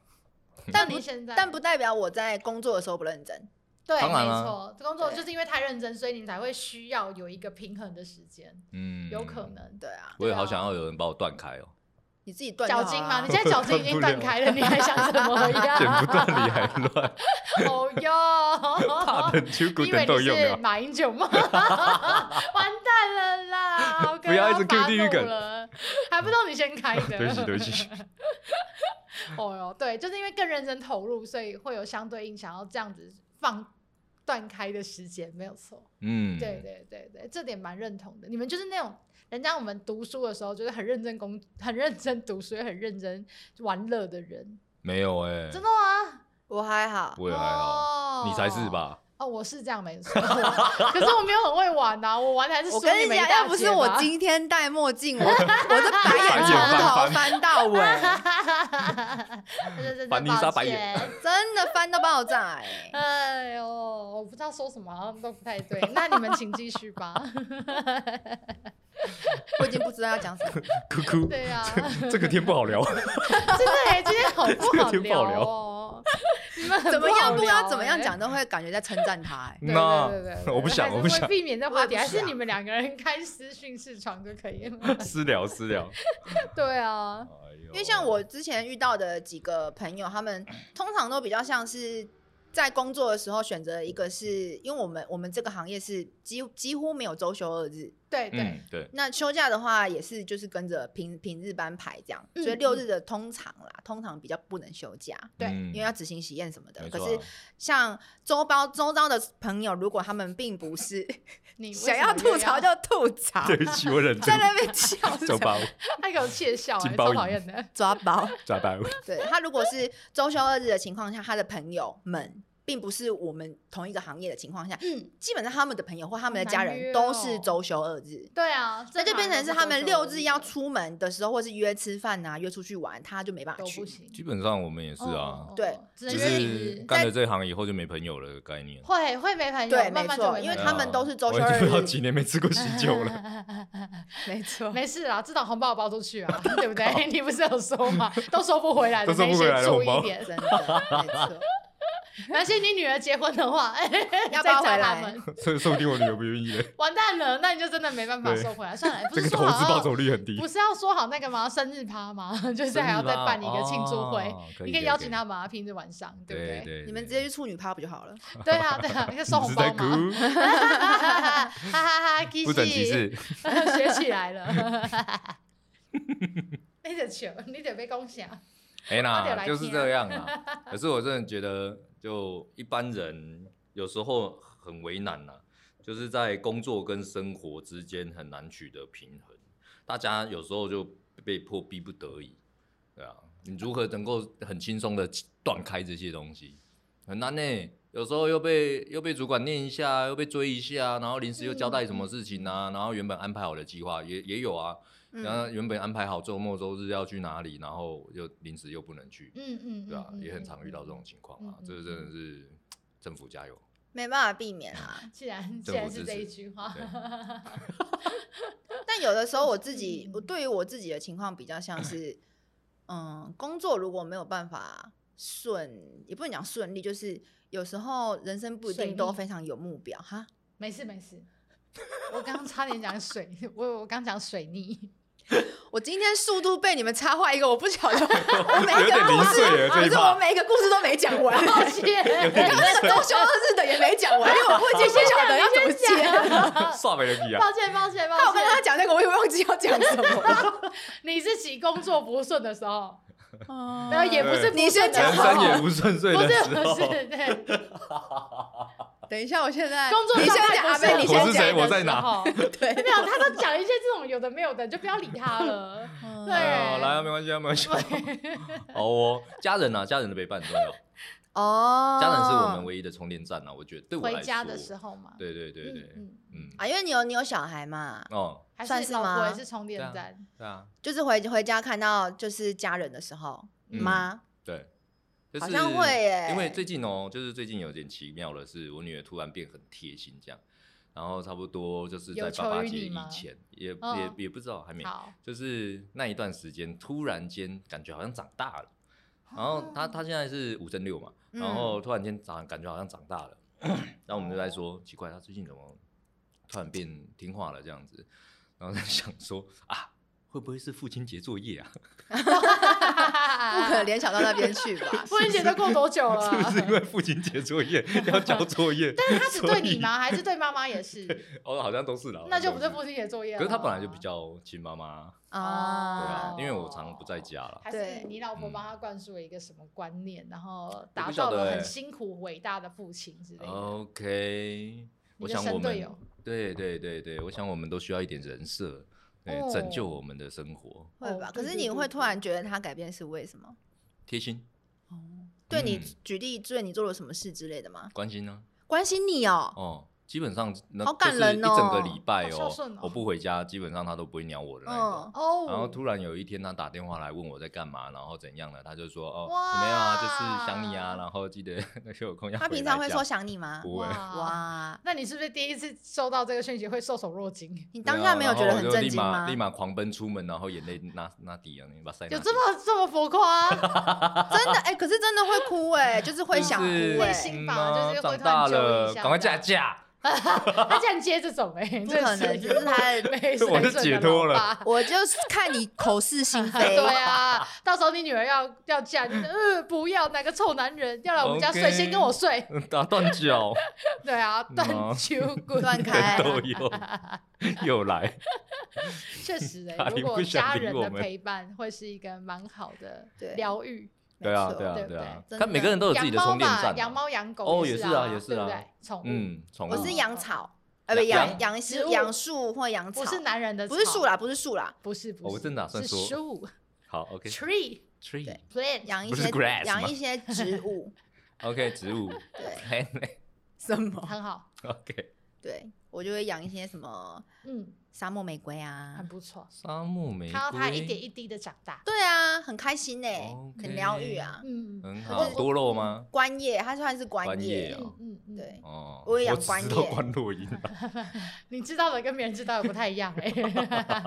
S3: 但
S4: 不
S3: 你现在，
S4: 但不代表我在工作的时候不认真。
S3: 对，
S2: 当然
S3: 没
S2: 啊
S3: 错，这工作
S4: 对
S3: 就是因为太认真，所以你才会需要有一个平衡的时间，
S2: 嗯，
S3: 有可。能。
S4: 对啊，
S2: 我也
S3: 对啊
S2: 好想要有人把我断开 哦，
S4: 你自己断就好
S3: 脚
S4: 啊
S3: 筋嘛，你 现在脚筋已经
S2: 断不了
S3: 断开了，你还想怎么
S2: 剪
S3: 样？
S2: 不断理还乱，
S3: 哦哟，
S2: 怕等秋骨
S3: 你以
S2: 等
S3: 为你
S2: 到用啊
S3: 是
S2: 了。
S3: 马英 九吗？完蛋了啦！我刚
S2: 不要一直
S3: 刚发
S2: cue 地狱
S3: 怒
S2: 梗
S3: 了，还不到你先开 的。
S2: 对不起，对不起。
S3: 哦哟，对，就是因为更认真投入，所以会有相对应想要这样子放断开的时间，没有错。
S2: 嗯，
S3: 对对对对，这点蛮认同的。你们就是那种人家我们读书的时候就是很认真工、 很认真读书、也很认真玩乐的人，
S2: 没有哎，
S3: 真的吗？
S4: 我还好，
S2: 我也还好，
S3: 哦
S2: 你才是？ 吧？
S3: 哦，我是这样没错， 可是我没有很会玩呐、我玩的还是输
S4: 我跟
S3: 你
S4: 你
S3: 们一
S4: 讲，
S3: 大啊
S4: 要不
S3: 截
S4: 是我
S3: 吧
S4: 今天戴墨镜，我我这白眼
S2: 白眼
S4: 从
S2: 翻
S4: 头
S2: 翻
S4: 翻到 尾，
S3: 真的真的
S2: 凡妮
S3: 抱
S2: 莎白
S3: 歉
S2: 眼
S4: 真的翻到爆炸哎、
S3: 哎呦，我不知道说什么，好像都不 太对。那你们请继续吧。
S4: 我已经不知道要讲什 么。
S2: 哭哭，
S3: 对呀、
S2: 这个天不好聊。
S3: 真的哎，今天好不好
S2: 这个挺不好
S3: 聊
S2: 聊
S3: 哦？你们很
S4: 怎么
S3: 好
S4: 样，不欸
S3: 聊
S4: 要怎么样
S3: 哎
S4: 讲，都会感觉在称赞他哎、
S3: 对
S2: 那
S3: 对对对对
S2: 我不想，我
S3: 还是
S2: 不
S3: 会
S2: 想
S3: 避免这话题，
S4: 我也
S3: 还
S4: 不
S3: 是
S4: 想
S3: 你们两个人开私讯视窗就可以了。
S2: 私聊私 聊。
S3: 对啊，
S4: 因为像我之前遇到的几个朋友，他 们通常都比较像是在工作的时候选择一个是，因为我们我们这个行业是几几乎没有周休二日，
S3: 对对，
S2: 嗯，对，
S4: 那休假的话也是就是跟着平平日班排这样，
S3: 嗯
S4: 所以六日的通常啦，通常比较不能休假，
S3: 对
S2: 嗯
S4: 因为要执行喜宴什么的。
S2: 没
S4: 可
S2: 错啊
S4: 是像周包周遭的朋友，如果他们并不是
S3: 你为什
S4: 想
S3: 么
S4: 要
S3: 又
S4: 吐槽就吐 槽，
S2: 啊 对不起，我忍住
S4: 在，那边笑是什
S2: 走
S4: 么
S2: 吧，
S3: 他给我窃笑哎，
S2: 金包
S3: 超
S2: 银
S3: 讨厌的。
S4: 抓包。
S2: 抓吧。
S4: 对他如果是周休二日的情况下，他的朋友们。并不是我们同一个行业的情况下，
S3: 嗯，
S4: 基本上他们的朋友或他们的
S3: 好
S4: 家
S3: 难约
S4: 人都
S3: 哦
S4: 是周休二日，
S3: 对啊，
S4: 那就
S3: 正常
S4: 变成
S3: 人
S4: 是
S3: 都
S4: 他们
S3: 说
S4: 六
S3: 我
S4: 日要
S3: 的
S4: 出门的时候，或是约吃饭啊、约出去玩，他就没办法
S3: 都
S4: 去
S3: 不。行，
S2: 基本上我们也是
S3: 哦
S2: 啊，，
S4: 对
S3: 哦哦只能
S2: 就
S3: 约
S4: 是
S3: 平日
S2: 是干了这行以后就没朋友了的概念。
S3: 会会没朋友，
S4: 对，
S3: 慢
S4: 没
S3: 慢就
S4: 错，
S3: 没
S4: 因为
S3: 朋
S4: 他
S3: 友
S4: 们都是周
S2: 我
S4: 休
S2: 已经
S4: 二
S2: 不知道
S4: 日，
S2: 几年没吃过喜酒了，
S4: 没错。
S3: 没事啊啦，至少红包我包出去啊，对不对？你不是有说吗？都收不回来的，
S2: 都收不
S3: 那些
S2: 回来的
S3: 注
S2: 红包
S3: 意点。
S4: 真的，没错，
S3: 而且你女儿结婚的话，
S4: 要
S3: 再
S4: 包
S3: 找
S4: 回
S3: 他
S4: 来
S3: 们。，
S2: 所以说不定我女儿不愿意嘞。
S3: 完蛋了，那你就真的没办法
S2: 对
S3: 收回来。算 了，不
S2: 这
S3: 是
S2: 个
S3: 说
S2: 投资
S3: 好
S2: 报
S3: 要
S2: 酬率很低，
S3: 不是要说好那个吗？生日趴吗？ 就是还要再办一个庆祝会，
S2: 哦
S3: 你可以邀请他
S2: 们，
S3: 们啊，平日晚上，对不
S2: 对
S3: 对？
S2: 对，
S4: 你们直接去处女趴不就好了？
S3: 对啊，对啊，那个收
S2: 你
S3: 红
S2: 是
S3: 包
S2: 在 哭
S3: 嘛，，哈哈哈哈哈，
S2: 不等即是
S3: 学起来了。 你得球，你得被恭喜啊！
S2: 哎
S3: 我就
S2: 啦，
S3: 来
S2: 就是
S3: 听啊
S2: 这样 啦。可是我真的觉得，就一般人有时候很为难啦，就是在工作跟生活之间很难取得平衡。大家有时候就被迫逼不得已，对啊，你如何能够很轻松的断开这些东西，很难呢、有时候又被又被主管念一下，又被追一下，然后临时又交代什么
S3: 嗯
S2: 事情啊，然后原本安排好的计划也也有啊，然
S4: 嗯，
S2: 后原本安排好周末、周日要去哪里，然后又临时又不能去，
S3: 嗯嗯，
S2: 对啊，
S3: 嗯
S2: 也很常遇到这种。情况啊
S3: 嗯。嗯
S2: 这个真的是政府加油，
S4: 没办法避免啊啦。
S3: 既然既
S2: 政
S3: 然
S2: 府
S3: 是
S2: 支
S3: 这一
S2: 持
S3: 句话，
S2: 对
S4: 但有的时候我自己
S3: 嗯，
S4: 我对于我自己的情况比较像是，嗯，工作如果没有办法顺，也不能讲顺利，就是有时候人生不一
S3: 水
S4: 定都
S3: 逆
S4: 非常有目标哈。
S3: 没事没事。我刚刚差点讲水， 我我刚讲水逆。
S4: 我今天速度被你们插话一个，我不 晓得，我每
S2: 有
S4: 一个
S2: 点零
S4: 故事，啊
S2: 碎了这
S4: 可
S2: 一
S4: 是我
S2: 趴，
S4: 每一个故事都没讲完，
S3: 抱
S4: 刚
S3: 歉，
S4: 刚 那个周休二日的也没讲完，因为我不已经不晓得要怎么接。
S2: 刷没人皮啊
S3: 抱！歉抱歉
S4: 那
S3: 抱
S4: 我跟他
S3: 歉，
S4: 讲那个，我也忘记要讲什么 了。
S3: 你自己工作不顺的时候，
S4: 嗯
S3: 然后也不是
S4: 你先
S3: 不顺
S4: 讲
S2: 人
S3: 的时
S2: 生
S3: 候
S2: 也不顺遂
S3: 啊不
S2: 的
S3: 是
S2: 时
S3: 不
S2: 候，
S3: 是对。
S4: 等一下，我现在
S3: 工作
S4: 你
S3: 状
S4: 先
S3: 态
S4: 讲
S3: 不
S4: 阿
S3: 是
S4: 贝，
S3: 很
S4: 你
S2: 我
S4: 先
S2: 是谁
S4: 讲。
S2: 我在哪
S3: 好的时候？
S4: 对，
S3: 没有，他都讲一些这种有的没有的，你就不要理他了。
S4: 嗯
S3: 对
S2: 哎呦来啊，没关系啊，没关系啊。好哦，家人啊，家人的陪伴很重要。
S4: 哦，
S2: 家人是我们唯一的充电站啊，我觉得对我来说。
S3: 回家的时候嘛。
S2: 对对对
S3: 嗯
S2: 对，嗯
S3: 嗯，
S4: 啊，因为你有你有小孩嘛，
S2: 哦，
S3: 还
S4: 算
S3: 是
S4: 是
S3: 老婆也
S4: 吗
S3: 是充电
S2: 对啊
S3: 站。
S2: 对啊，
S4: 就是回回家看到就是家人的时候，
S2: 嗯
S4: 妈、
S2: 对，就
S4: 好
S2: 是
S4: 像会耶
S2: 因为最近哦、就是最近有点奇妙的是，我女儿突然变很贴心这样，然后差不多就是
S3: 有
S2: 在
S3: 求
S2: 爸爸
S3: 于
S2: 节
S3: 你
S2: 以
S3: 吗
S2: 前，也、
S3: 嗯
S2: 也也不知道还没，
S3: 好，？
S2: 就是那一段时间突然间感觉好像长大了，然后她她现在是五升六嘛，
S4: 嗯
S2: 然后突然间长感觉好像长大了，然后我们就在说奇怪，她最近怎么突然变听话了这样子，然后在想说啊。会不会是父亲节作业啊？
S4: 不可能联想到那边去吧
S3: 父亲节都过多久 了？
S2: 是不是因为父亲节作 业要交作业？
S3: 但 是他只
S2: 所
S3: 对你
S2: 以？
S3: 吗？还是对妈妈也是？
S2: 哦，好像都是啦。
S3: 那就
S2: 好
S3: 不
S2: 像
S3: 是
S2: 都
S3: 父亲节作业了。哦
S2: 可是他本来就比较亲妈妈，对啊
S4: 啊，，
S2: 因为我常不在家啦。
S3: 还是
S4: 对
S3: 你老婆
S2: 嗯
S3: 帮他灌输了一个什么观念，然后达
S2: 不晓
S3: 到了
S2: 得
S3: 很
S2: 欸
S3: 辛苦伟大的父亲之类的。
S2: OK，
S3: 你
S2: 我
S3: 的
S2: 想我
S3: 神队
S2: 们
S3: 友，
S2: 对对对对，我想我们都需要一点人设，对，
S3: 哦
S2: 拯救我们的生活，
S4: 会吧
S3: 哦？
S4: 可
S3: 对
S4: 是
S3: 对
S4: 你
S3: 对
S4: 会
S3: 对
S4: 突然觉得他改变是为什么？
S2: 贴心
S4: 对你
S2: 嗯
S4: 举例，对你做了什么事之类的吗？
S2: 关心呢。
S4: 关心你哦，
S2: 哦，基本上那
S4: 好感
S2: 就是
S4: 人
S2: 一整
S4: 哦
S2: 个礼拜
S3: 好孝顺哦
S2: 我不回家，基本上他都不会鸟我的那一种。
S4: 嗯，
S3: 哦，
S2: 然后突然有一天，他打电话来问我在干嘛，然后怎样了，他就说哦
S3: 哇
S2: 没有啊，就是想你啊，然后记得 那个有空要
S4: 他
S2: 回
S4: 平
S2: 来
S4: 常会
S2: 家
S4: 说想你啊吗？
S2: 不会，
S3: 哇，
S4: 哇，
S3: 那你是不是第一次收到这个讯息会受宠若惊？
S4: 你当下没有觉得很震惊
S2: 啊然后我就立马
S4: 吗
S2: 立？马狂奔出门，然后眼泪那那底啊，你把塞
S3: 有
S2: 纳
S3: 这
S2: 底
S3: 么这么浮夸？
S4: 真 的哎，可是真的会哭哎，就是会想
S2: 就是
S4: 哭
S3: 内
S4: 哎，
S3: 心
S2: 嗯
S3: 吧
S2: 啊
S3: 就是会
S2: 长
S3: 突然
S2: 大
S3: 揪一
S2: 了，
S3: 下
S2: 赶快
S3: 这
S2: 嫁
S3: 样
S2: 嫁，
S3: 他竟然接这种哎，
S4: 不
S3: 真
S4: 可能，就是他的。
S3: 没水
S2: 我就
S3: 准的
S2: 解
S3: 老
S2: 脱了
S3: 爸
S4: 我就是看你口是心非，
S3: 对啊，到时候你女儿要要嫁，你就呃不要哪个臭男人要来我们家睡，
S2: OK
S3: 先跟我睡。
S2: 打 断脚
S3: 对啊，断
S2: 嗯
S3: 秋棍
S4: 断开
S2: 都有又来，
S3: 确实 哎、
S2: 哪里
S3: 如果
S2: 不想
S3: 家
S2: 理
S3: 人
S2: 我
S3: 的
S2: 们
S3: 陪伴会是一个蛮好的
S4: 对
S3: 疗愈。
S2: 对啊
S4: 没错
S2: 对啊
S3: 对不
S2: 对啊，
S4: 对
S2: 看每个人都有自己
S3: 养
S2: 的
S3: 猫
S2: 充电站
S3: 嘛，
S2: 啊，
S3: 养猫养狗
S2: 哦
S3: 也
S2: 也
S3: 是
S2: 是
S3: 啊，
S2: 啊也是
S3: 对不
S2: 啊
S3: 对？宠物、
S2: 嗯，宠物
S4: 我是养草，呃，不
S2: 养
S4: 养
S2: 养
S4: 养
S3: 植
S4: 树、
S3: 物
S4: 养树或养草，
S3: 不是男人的，
S4: 不是树，啦，不是树啦，
S3: 不是不是，
S2: 哦我真的打算
S3: 是
S2: 说
S3: 树
S2: 好 OK
S3: tree
S2: tree
S4: 对
S3: plant
S4: 养一
S2: 不是
S4: 些
S2: grass 吗
S4: 养一些 植物，
S2: OK 植物
S4: 对什么？
S3: 很好，
S2: OK
S4: 对，我就会养一些什么
S3: 嗯，
S4: 沙漠玫瑰啊
S3: 很，不错。
S2: 沙漠玫瑰，
S3: 看到它一点一滴的长大，
S4: 对啊，很开心呢、很疗愈
S2: OK
S4: 啊。
S3: 嗯嗯
S2: 很
S4: 我
S2: 好，
S4: 我
S2: 多肉吗？
S4: 观叶，它算是观
S2: 观叶
S4: 叶，
S2: 啊
S3: 嗯嗯，
S4: 对，
S2: 哦，
S4: 我也养
S2: 只
S4: 观
S2: 知道
S4: 叶
S2: 关洛音啊，
S3: 你知道的跟别人知道的不太一样哎、 欸。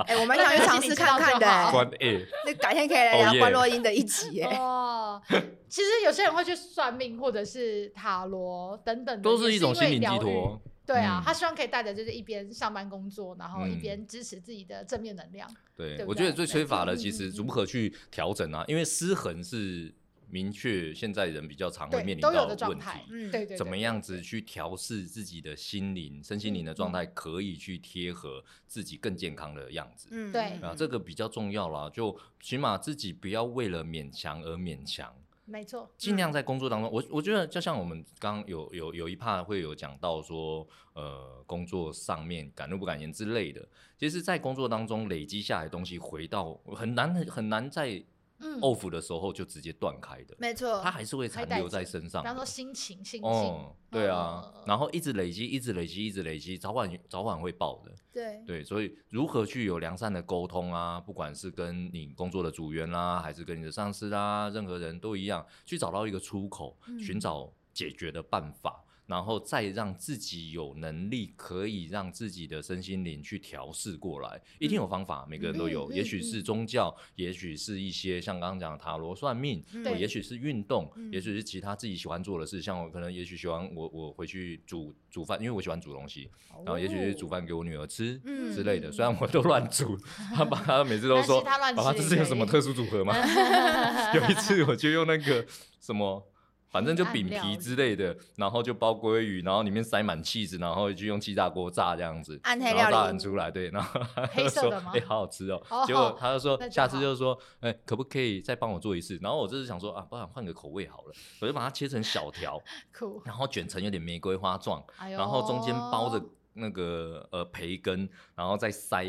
S4: 哎、我蛮想去尝试看看的、
S3: 好
S2: 关 A
S4: 那改天可以来
S2: 哦
S4: 聊
S2: 耶
S4: 关洛音的一集耶、
S3: 哦，其实有些人会去算命，或者是塔罗等等的，
S2: 都
S3: 也
S2: 是
S3: 是
S2: 一种
S3: 因为
S2: 心灵寄
S3: 疗愈
S2: 托。
S3: 对啊，
S2: 嗯
S3: 他希望可以带着就是一边上班工作，然后一
S2: 嗯
S3: 边支持自己的正面能量。对
S2: 对，
S3: 不
S2: 我觉得
S3: 对
S2: 最缺乏
S3: 嗯
S2: 的
S3: 嗯
S2: 其实
S3: 嗯
S2: 如何去调整啊，因为失衡是明确现在人比较常会
S3: 对，
S2: 面临到
S3: 都有的状
S2: 问题。
S3: 态，
S4: 嗯
S3: 对对对，
S2: 怎么
S3: 对
S2: 样子？去调试自己的心灵、身心灵的状态，
S3: 嗯
S2: 可以去贴合自己更健康的样子。
S4: 嗯，
S3: 对
S2: 啊，这个比较重要啦，就起码自己不要为了勉强而勉强。
S3: 没错，
S2: 尽量在工作当中，我我觉得就像我们刚刚有有有一 part 会有讲到说，呃，工作上面敢怒不敢言之类的，其实，在工作当中累积下来的东西，回到很难很难在
S3: 嗯，
S2: off 的时候就直接断开的，
S4: 没错
S2: 它，还是会残留在身
S3: 比
S2: 上的。
S3: 方说心情、心境，
S2: 哦，对啊，
S3: 嗯
S2: 然后一直累积，一直累积，一直累积，早晚早晚会爆的。
S4: 对，
S2: 对，所以如何去有良善的沟通啊，不管是跟你工作的组员啦，还是跟你的上司啦，任何人都一样，去找到一个出口，寻找解决的办法，然后再让自己有能力，可以让自己的身心灵去调试过来，一定有方法，每个人都有，
S3: 嗯
S2: 也
S3: 嗯
S2: 许是
S3: 嗯
S2: 宗教，也许是一些像刚刚讲的塔罗算命，
S4: 嗯
S2: 我
S3: 对
S2: 也许是运动，
S4: 嗯
S2: 也许是其他自己喜欢做的事，像我可能也许喜欢我我回去煮煮饭，因为我喜欢煮东西，然后也许是煮饭给我女儿吃。
S4: 嗯
S2: 之类的，
S3: 嗯
S2: 虽然我都乱 煮，他把他每次都
S3: 但是
S2: 说，
S3: 他乱
S2: 爸爸
S3: 吃
S2: 这是
S3: 也
S2: 有
S3: 可
S2: 什么
S3: 以
S2: 特殊组合吗？ 有一次我就用那个什么，反正就饼皮之类的，然后就包鲑鱼，然后里面塞满气子，然后就用气炸锅炸这样子，
S4: 暗黑
S2: 然
S4: 料
S2: 后
S4: 理
S2: 炸完出来，对，然后他
S3: 黑
S2: 就
S3: 色
S2: 说
S3: 的吗
S2: 哎，好好吃哦
S3: 哦。
S2: 结果他就
S3: 那
S2: 说，
S3: 就
S2: 下次
S3: 好
S2: 就说，哎，可不可以再帮我做一次？然后我就是想说啊，不然换个口味好了，我就把它切成小条，
S3: 酷，
S2: 然后卷成有点玫瑰花状，
S3: 哎呦
S2: 然后中间包着那个呃培根，然后再塞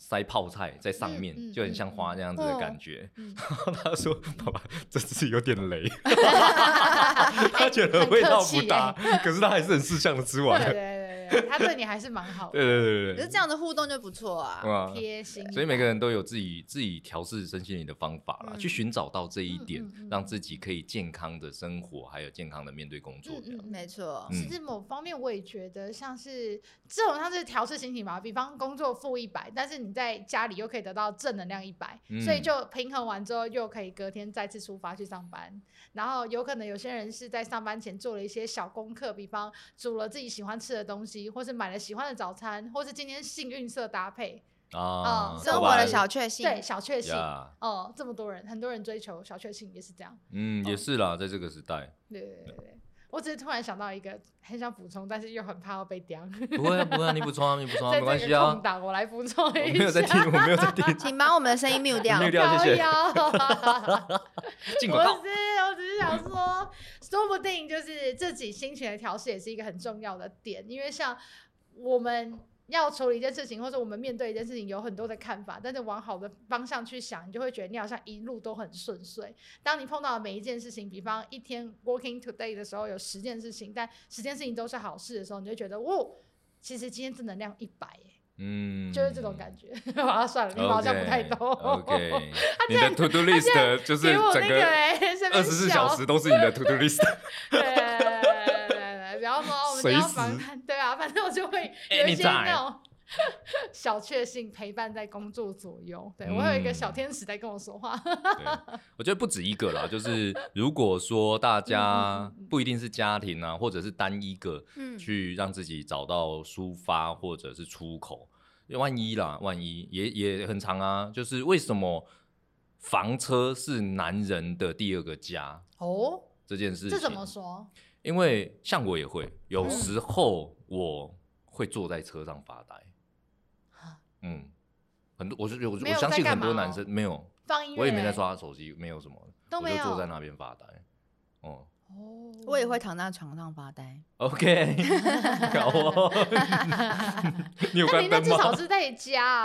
S2: 塞泡菜在上面，
S3: 嗯嗯
S2: 就很像花那样子的感觉。
S3: 嗯嗯
S2: 然后他说：“爸爸，这次有点 雷， 他觉得味道不搭，
S3: 欸
S2: 可是他还是很识相的吃
S3: 对
S2: 完
S3: 对
S2: 了。
S3: 对对对，他对你还是蛮好
S2: 对
S3: 的，
S2: 对对对
S4: 可
S2: 对
S4: 是，这样的互动就不错啊。
S2: 哇
S3: 贴心吧。
S2: 所以每个人都有自己自己调试身心灵的方法啦，
S4: 嗯
S2: 去寻找到这一点，
S3: 嗯嗯嗯
S2: 让自己可以健康的生活，还有健康的面对工作。
S3: 嗯嗯嗯
S4: 没错，
S2: 嗯
S3: 其实某方面我也觉得，像是这种像是调试心情吧，比方工作负一百，但是你在家里又可以得到正能量一百、
S2: 嗯
S3: 所以就平衡完之后，又可以隔天再次出发去上班。然后有可能有些人是在上班前做了一些小功课，比方煮了自己喜欢吃的东西，或是买了喜欢的早餐，或是今天幸运色搭配，
S2: 啊，
S3: 嗯
S4: 生
S2: 好
S4: 活
S2: 吧
S4: 的小确幸。
S3: 对，小确幸。
S2: 呀，
S3: 哦，这么多人，很多人追求小确幸也是这样。
S2: 嗯，
S3: 哦
S2: 也是啦，在这个时代，
S3: 对对对对，我只是突然想到一个很想补充，但是又很怕要被刁。
S2: 不会啊，不会啊，你补充啊，你补充啊，
S3: 在
S2: 没关
S3: 这
S2: 系
S3: 个
S2: 啊
S3: 空，档，我来补充
S2: 我
S3: 一
S2: 没有在听，
S3: 下。
S2: 我没有在 听，
S4: 请把我们的声 音 mute 掉。
S2: mute 掉谢谢
S3: 腰
S2: 进广告。
S3: 不是，我只是想说，说不定就是自己心情的调试也是一个很重要的点，因为像我们要处理一件事情，或者我们面对一件事情，有很多的看法，但是往好的方向去想，你就会觉得你好像一路都很顺遂。当你碰到的每一件事情，比方一天 working today 的时候有十件事情，但十件事情都是好事的时候，你就觉得哇，其实今天正能量一百耶，
S2: 嗯，
S3: 就是这种感觉。 好啊，算了，你们好像不太懂。
S2: OK，你
S3: 竟
S2: 的
S3: 然
S2: to do list 就是
S3: 给我
S2: 整
S3: 那个
S2: 个
S3: 哎、欸，
S2: 二十四小时都是你的 to do list。
S3: 对对对对对，不要说我们
S2: 随
S3: 要
S2: 时哎
S3: 反叛，对啊，反正我 就会有一些
S2: Anytime
S3: 那种 小确幸陪伴在工作左右。对我有一个
S2: 嗯
S3: 小天使在跟我说话，
S2: 对，我觉得不止一个啦，就是如果说大家
S3: 嗯嗯嗯嗯
S2: 不一定是家庭啊，或者是单一个，
S4: 嗯
S2: 去让自己找到抒发或者是出口。因为万一啦，万一也也很长啊，就是为什么房车是男人的第二个家
S3: 哦，
S2: 这件事情？
S3: 这怎么说？嗯
S2: 因为像我也会，有时候我会坐在车上发呆。嗯，很多我是我
S3: 啊没
S2: 我
S3: 有
S2: 相信
S3: 在干
S2: 很
S3: 嘛
S2: 多
S3: 哦
S2: 男生没有，
S3: 放音乐，
S2: 我也没在刷手机，没有什么，
S3: 都没有
S2: 我就坐在那边发呆。哦、
S3: 哦，
S4: 我也会。躺在床上发呆。
S2: o k 搞 哦， 你有
S3: 那
S2: 关
S3: 你那
S2: 灯
S3: 至少
S2: 吗？
S3: 是在 家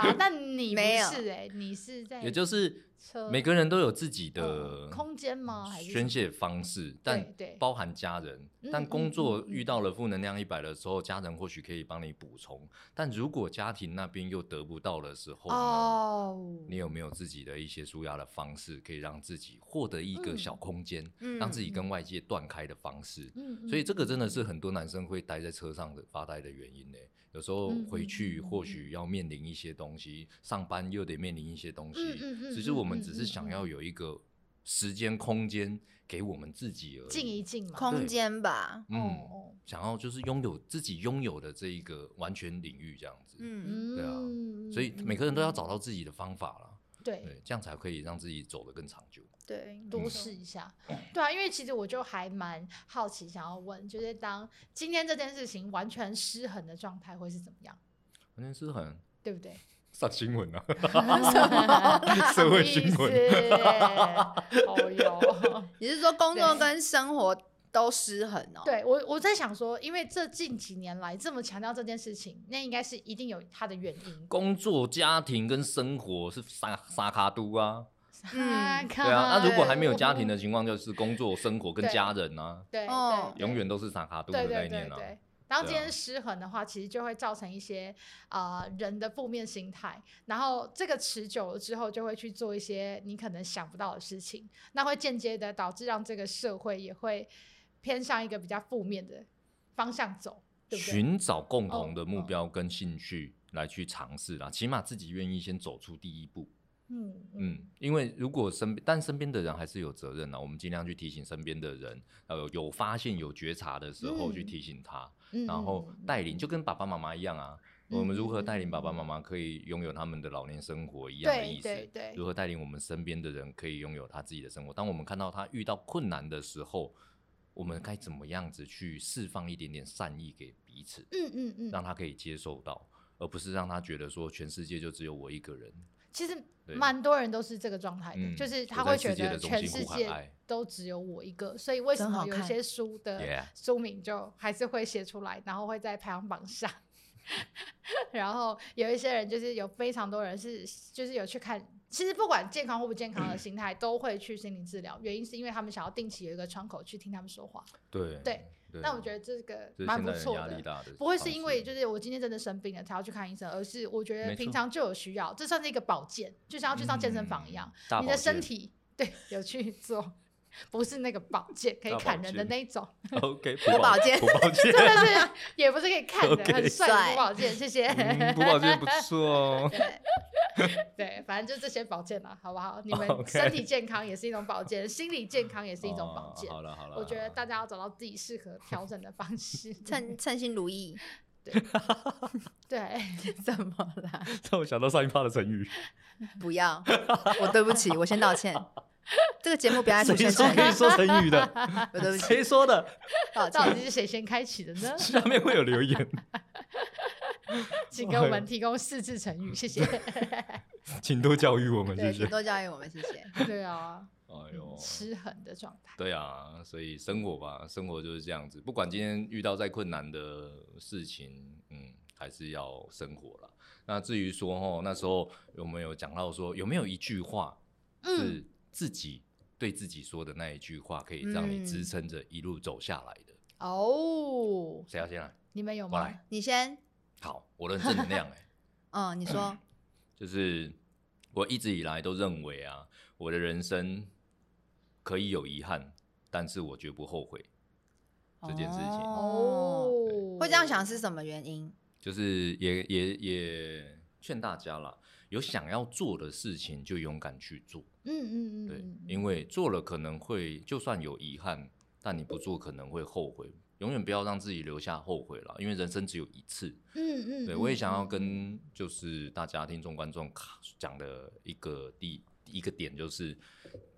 S3: 啊，但你不
S4: 没有
S3: 是哎，你是在
S2: 也就是
S3: 车
S2: 每个人都有自己的
S3: 嗯空间吗？还是
S2: 宣泄方式，但
S3: 对
S2: 包含家人
S3: 嗯。
S2: 但工
S3: 嗯
S2: 作
S3: 嗯嗯
S2: 遇到了负能量一百的时候，家人或许可以帮你补充，但如果家庭那边又得不到的时候呢？
S3: 哦，
S2: 你有没有自己的一些舒压的方式，可以让自己获得一个
S3: 嗯
S2: 小空间，
S4: 嗯
S2: 让自己跟外界断开的方式？
S3: 嗯，
S2: 所以这个真的
S3: 嗯
S2: 是很多男生会待在车上的发呆的原因呢。有时候
S3: 嗯
S2: 回
S3: 嗯
S2: 去
S3: 嗯嗯
S2: 或许要面临一些东西，上班又得面临一些东西
S3: 嗯嗯嗯。
S2: 其实我们只
S3: 嗯嗯
S2: 是想要有一个时间空间给我们自己而
S3: 静一
S2: 已。
S3: 静嘛，
S4: 空间吧。
S2: 嗯，
S3: 哦哦
S2: 想要就是拥有自己拥有的这一个完全领域这样子。
S4: 嗯，
S3: 嗯，
S2: 对啊所以每个人都要找到自己的方法啦，
S3: 对
S2: 对，这样才可以让自己走得更长久。
S4: 对，
S3: 多
S2: 嗯
S3: 试一下，对啊，因为其实我就还蛮好奇，想要问，就是当今天这件事情完全失衡的状态会是怎么样，
S2: 关键是很
S3: 对不对？
S2: 上新闻 啊，
S3: 什
S2: 社会新闻
S3: 哦哟，
S4: 你是说工作
S3: 对
S4: 跟生活都失衡哦？，
S3: 对我我在想说，因为这近几年来这么强调这件事情，那应该是一定有它的原因。
S2: 工作、家庭跟生活是沙沙卡都啊。
S4: 嗯
S2: 对啊，那如果还没有家庭
S3: 的，
S2: 的情况，就是工作、生活跟
S3: 对
S2: 家人啊，
S3: 对，
S4: 哦
S3: 对对
S2: 永远都是傻卡度
S3: 对
S2: 的
S3: 对
S2: 概
S3: 对
S2: 念啊。
S3: 对。然后今
S2: 对啊
S3: 天失衡的话，其实就会造成一些呃人的负面心态，然后这个持久了之后，就会去做一些你可能想不到的事情，那会间接的导致让这个社会也会偏向一个比较负面的方向走，对哦不对？
S2: 寻找共同的目标跟兴趣来去尝试啦，起码自己愿意先走出第一步。
S3: 嗯
S2: 嗯，因为如果身边，但身边的人还是有责任啦，啊我们尽量去提醒身边的人，呃，有发现、有觉察的时候
S3: 嗯
S2: 去提醒他，
S3: 嗯
S2: 然后带领，就跟爸爸妈妈一样啊。
S3: 嗯
S2: 我们如何
S3: 嗯
S2: 带领爸爸
S3: 嗯
S2: 妈妈可以拥有他们的老年生活一样的
S3: 对
S2: 意思？
S3: 对对
S2: 如，何带领我们身边的人可以拥有他自己的生活。当我们看到他遇到困难的时候，我们该怎么样子去释放一点点善意给彼此，
S3: 嗯嗯嗯，
S2: 让他可以接受到，而不是让他觉得说全世界就只有我一个人。
S3: 其实
S2: 对
S3: 蛮多人都是这个状态的，
S2: 嗯
S3: 就是他
S2: 我在
S3: 会
S2: 世
S3: 觉
S2: 界
S3: 得
S2: 的中
S3: 全
S2: 心
S3: 世
S2: 呼喊
S3: 界
S2: 爱
S3: 都只有我一个，所以为什
S4: 真
S3: 么
S4: 好
S3: 有一
S4: 看
S3: 些书的
S2: Yeah
S3: 书名就还是会写出来，然后会在排行榜上。 然后有一些人就是有非常多人是就是有去看，其实不管健康或不健康的心态， 都会去心理治疗，原因是因为他们想要定期有一个窗口去听他们说话。
S2: 对
S3: 对
S2: 对啊
S3: 那我觉得这个
S2: 这是
S3: 蛮
S2: 现
S3: 不
S2: 代人
S3: 错
S2: 压力
S3: 的。
S2: 大的，
S3: 不会是因为就是我今天真的生病了才要去看医生，而是我觉得
S2: 没错
S3: 平常就有需要，这算是一个保健，就像要去上健身房一样，
S2: 嗯大
S3: 你
S2: 保
S3: 的
S2: 健
S3: 身体对有去做，不是那个保健可以
S2: 大
S3: 砍
S2: 保
S3: 人的
S2: 健
S3: 那一 种。
S2: OK
S4: 朴宝剑
S2: 朴宝剑，
S3: 真的是也不是可以看 的，
S2: OK
S3: 很帅的朴宝剑，谢谢。
S2: 嗯朴宝剑不错哦。
S4: 对，
S3: 对，反正就这些保健啦，好不好？你们
S2: OK
S3: 身体健康也是一种保健，心理健康也是一种保健。
S2: 哦好了好了，
S3: 我觉得
S2: 好
S3: 大家要找到自己适合调整的方式。
S4: 称称心如意，
S3: 对，
S4: 怎么啦？
S2: 了 让我想到上一趴的成语，
S4: 不要，我对不起，我先道 歉。这个节目不要再出
S2: 谁
S4: 现
S2: 说
S4: 成
S2: 可以
S4: 语，
S2: 说成语的？
S4: 我对不起，
S2: 谁说的？？
S4: 道
S3: 到
S4: 歉。
S3: 底是谁先开启的 呢
S2: 下面会有留言，
S3: 请给我们提供四字成语，谢谢。
S2: 请多教育我们，
S4: 对，
S2: 谢
S4: 请
S2: 谢。
S4: 多教育我们，谢谢。
S3: 对啊，
S2: 哎
S3: 嗯
S2: 呦，
S3: 失衡的状态。
S2: 对啊，所以生活吧，生活就是这样子。不管今天遇到再困难的事情，嗯，还是要生活啦。那至于说哦，那时候我们有讲到说，有没有一句话
S3: 嗯，
S2: 是自己对自己说的那一句话，可以让你支
S4: 嗯
S2: 撑着一路走下来的？
S3: 哦，
S2: 谁要先来？
S3: 你们有
S2: 我
S3: 吗
S2: 来？
S4: 你先，
S2: 好，我的正能量哎、
S4: 嗯，你说，
S2: 就是我一直以来都认为啊，我的人生可以有遗憾，但是我绝不后悔这件事情。
S4: 哦，
S2: 嗯
S4: 会这样想是什么原因？
S2: 就是也也也劝大家啦，有想要做的事情就勇敢去做，
S3: 嗯嗯嗯，
S2: 对，
S3: 嗯
S2: 因为做了可能会就算有遗憾，但你不做可能会后悔，永远不要让自己留下后悔啦，因为人生只有一次。
S3: 嗯嗯，
S2: 对
S3: 嗯
S2: 我也想要
S3: 嗯
S2: 跟就是大家听众观众卡讲的一个第一个点就是，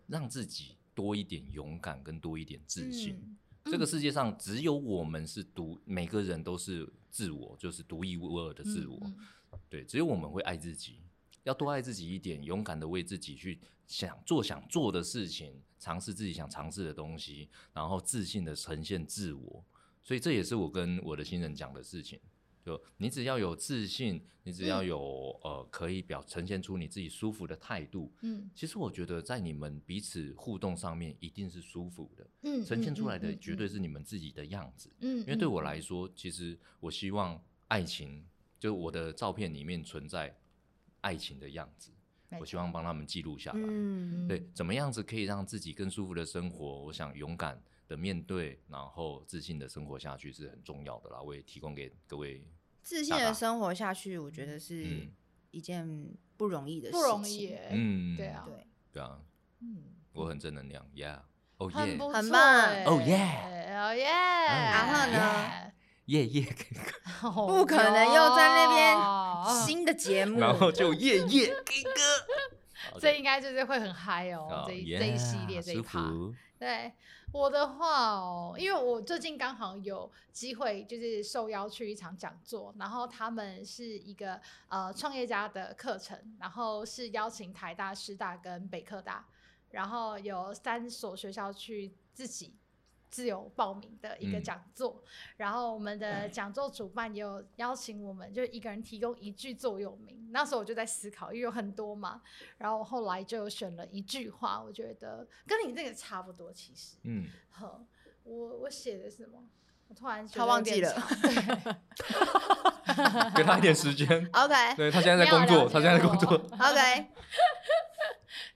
S2: 让自己多一点勇敢跟多一点自信。
S4: 嗯
S2: 这个
S3: 嗯
S2: 世界上只有我们是独，每个人都是自我，就是独一无二的自我。
S3: 嗯嗯
S2: 对，只有我们会爱自己，要多爱自己一点，勇敢的为自己去想做想做的事情，尝试自己想尝试的东西，然后自信的呈现自我。所以这也是我跟我的新人讲的事情。就你只要有自信，你只要
S3: 嗯
S2: 有、呃可以表呈现出你自己舒服的态度，
S3: 嗯
S2: 其实我觉得在你们彼此互动上面一定是舒服的，
S3: 嗯，
S2: 呈现出来
S3: 嗯
S2: 的
S3: 嗯
S2: 绝对是你们自己的样子。
S3: 嗯，
S2: 因为对我
S3: 嗯
S2: 来，说，其实我希望爱情，就是我的照片里面存在爱情的样子，
S3: 没
S2: 我
S3: 错
S2: 希望帮他们记录下来。
S4: 嗯，
S2: 对，怎么样子可以让自己更舒服的生活？我想勇敢的面对，然后自信的生活下去是很重要的啦。我也提供给各位，
S4: 自信的生活下去，我觉得是
S2: 嗯
S4: 一件不容易的事
S3: 不
S4: 情。
S3: 容易耶，
S2: 嗯，
S3: 对啊
S4: 对，
S2: 对啊，
S3: 嗯，
S2: 我很正能量，Yeah，Oh 哦
S3: 很不
S2: Yeah，
S4: 很棒
S2: 哦耶
S3: 耶，哦耶，然
S2: 然
S4: 后呢
S3: 呢？
S2: 耶耶，
S3: 不
S4: 不可能又在那
S3: 哦
S4: 边新的节目，
S2: 然后就耶耶，K 哥，
S3: 嗯 这应该就是会很嗨哦
S2: 哦，
S3: 这一这一系
S2: yeah，
S3: 列这一
S2: 舒
S3: 趴。
S2: 服
S3: 对我的话哦，因为我最近刚好有机会，就是受邀去一场讲座，然后他们是一个呃创业家的课程，然后是邀请台大、师大跟北科大，然后有三所学校去自己自由报名的一个
S2: 嗯
S3: 讲座，然后我们的讲座主办也有邀请我们，就一个人提供一句座右铭。那时候我就在思考，因为有很多嘛，然后我后来就选了一句话，我觉得跟你这个差不多，其实。
S2: 嗯，
S3: 好，我我写的是什么？我突然觉
S4: 他
S3: 得有
S4: 忘记
S3: 点
S4: 了。
S3: 长
S2: 给他一点时间
S4: OK
S2: 对他现在在
S3: 没有
S2: 工
S3: 了
S2: 作，
S3: 解
S2: 他现在在
S3: 我
S2: 工作。
S4: OK，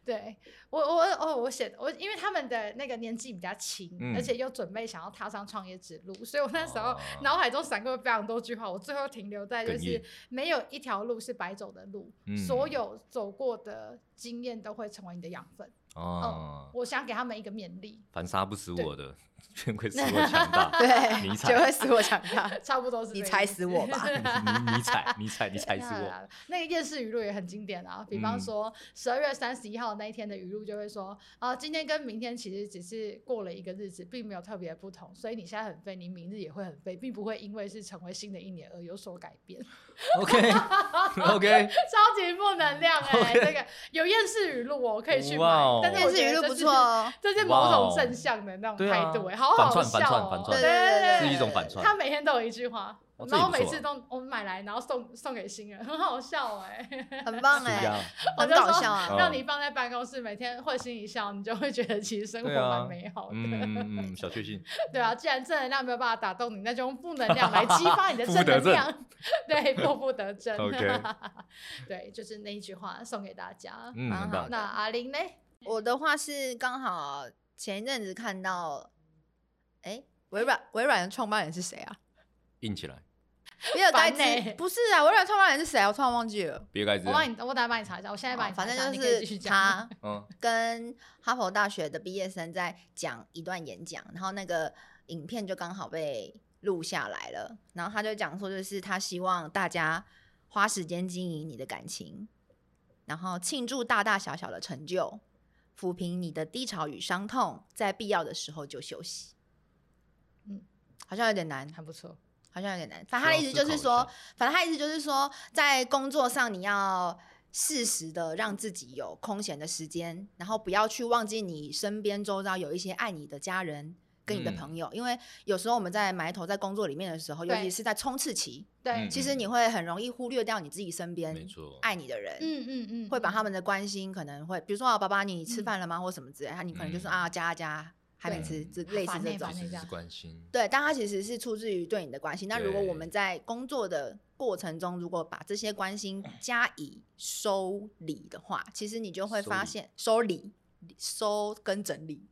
S3: 对我我哦，我写的我因为他们的那个年纪比较轻，
S2: 嗯
S3: 而且又准备想要踏上创业之路，所以我那时候
S2: 哦
S3: 脑海中闪过非常多句话，我最后停留在就
S2: 哽
S3: 是
S2: 咽
S3: 没有一条路是白走的路，
S2: 嗯
S3: 所有走过的经验都会成为你的养分。
S2: 哦，
S3: 我想给他们一个勉励，
S2: 反杀不死我的，全会使我强大。
S4: 对，
S2: 尼
S4: 就
S2: 采，
S4: 会使我长 大。
S3: 差不多是
S4: 你
S3: 这个
S4: 踩
S3: 意思
S4: 死我吧
S2: 尼尼采，尼采，你踩死
S3: 当
S2: 我。
S3: 然 那个厌世语录也很经典啊，比方
S2: 嗯
S3: 说十二月三十一号那一天的语录就会说，啊、今天跟明天其实只是过了一个日子，并没有特别不同，所以你现在很废，你明日也会很废，并不会因为是成为新的一年而有所改变。
S2: OK，OK，
S3: 超级负能量哎、
S2: OK
S3: 这个有厌世语录哦，我可以去买，
S2: 哇哦
S3: 但是
S4: 电
S3: 我
S4: 视语
S3: 觉得
S4: 录
S3: 这
S4: 不
S3: 是
S4: 错。 哦，
S3: 这是某
S2: 哇哦
S3: 种正向的那种
S2: 对啊
S3: 态度、哎、好好
S2: 反
S3: 笑哦！
S2: 串反串反串
S3: 对对对，
S2: 是一种反串
S3: 他。每天都有一句话，
S2: 哦这
S3: 然
S2: 也
S3: 后
S2: 不
S3: 每
S2: 错
S3: 次
S2: 啊
S3: 都我买来，然后送送给新人，很好笑哎、
S4: 很棒
S2: 是
S4: 哎、
S2: 呀，
S3: 我
S4: 很
S3: 就
S4: 搞
S3: 说
S4: 笑啊！
S2: 嗯
S3: 让你放在办公室，每天会心一笑，你就会觉得其实生活
S2: 对啊
S3: 蛮美好的。
S2: 嗯嗯嗯，小确幸，
S3: 对啊，既然正能量没有办法打动你，那就用负能量来激发你 的
S2: 负
S3: 正
S2: 得
S3: 能
S2: 正
S3: 量。 对，破不得正。
S2: OK
S3: 对，就是那一句话送给大家。
S2: 嗯，
S4: 蛮
S2: 很
S4: 好
S2: 棒，
S3: 那阿玲呢？
S4: 我的话是刚好前一阵子看到，哎、微软微软的创办人是谁啊？
S2: 硬起来，
S4: 比尔盖
S3: 烦
S4: 茨、
S3: 欸
S4: 不是啊？微软创办人是谁啊？我突然忘记了。
S2: 别盖子
S3: 我，帮你，我等下帮你查一下，我现在帮
S4: 哦
S3: 你查
S4: 反
S3: 一下，
S4: 正
S3: 你
S4: 就
S3: 可以继续
S4: 是
S3: 讲。
S4: 他
S2: 嗯，
S4: 跟哈佛大学的毕业生在讲一段演讲，然后那个影片就刚好被录下来了。然后他就讲说，就是他希望大家花时间经营你的感情，然后庆祝大大小小的成就，抚平你的低潮与伤痛，在必要的时候就休息。嗯
S3: 嗯，
S4: 好像有点难，
S3: 还不错。
S4: 好像有点难。反正他的意思就是
S2: 需要思
S4: 说
S2: 考一下，
S4: 反正他的意思就是说，在工作上你要适时的让自己有空闲的时间，然后不要去忘记你身边周遭有一些爱你的家人跟你的
S2: 嗯
S4: 朋友，因为有时候我们在埋头在工作里面的时候，尤
S3: 对
S4: 其是在冲刺期，
S3: 对，
S2: 嗯
S4: 其实你会很容易忽略掉你自己身
S2: 没
S4: 边
S2: 错，
S4: 爱你的人。
S3: 嗯嗯嗯，
S4: 会把他
S3: 们
S4: 们的关心可能会，比如说啊，爸爸你吃
S3: 嗯
S4: 饭了吗，或什么之类，他你可能就说
S2: 嗯
S4: 啊，加啊加啊，还没吃，
S2: 对
S4: 这类似
S3: 烦
S4: 这
S3: 欸
S4: 种
S3: 烦。
S2: 其
S3: 那
S2: 实
S3: 个
S2: 是关心，
S4: 对，但它其实是出自于对你的关心。那如果我们
S2: 对
S4: 在工作的过程中，如果把这些关 心加以收理的话，其实你就会
S2: 收
S4: 发
S2: 理
S4: 现收理、收跟整 理、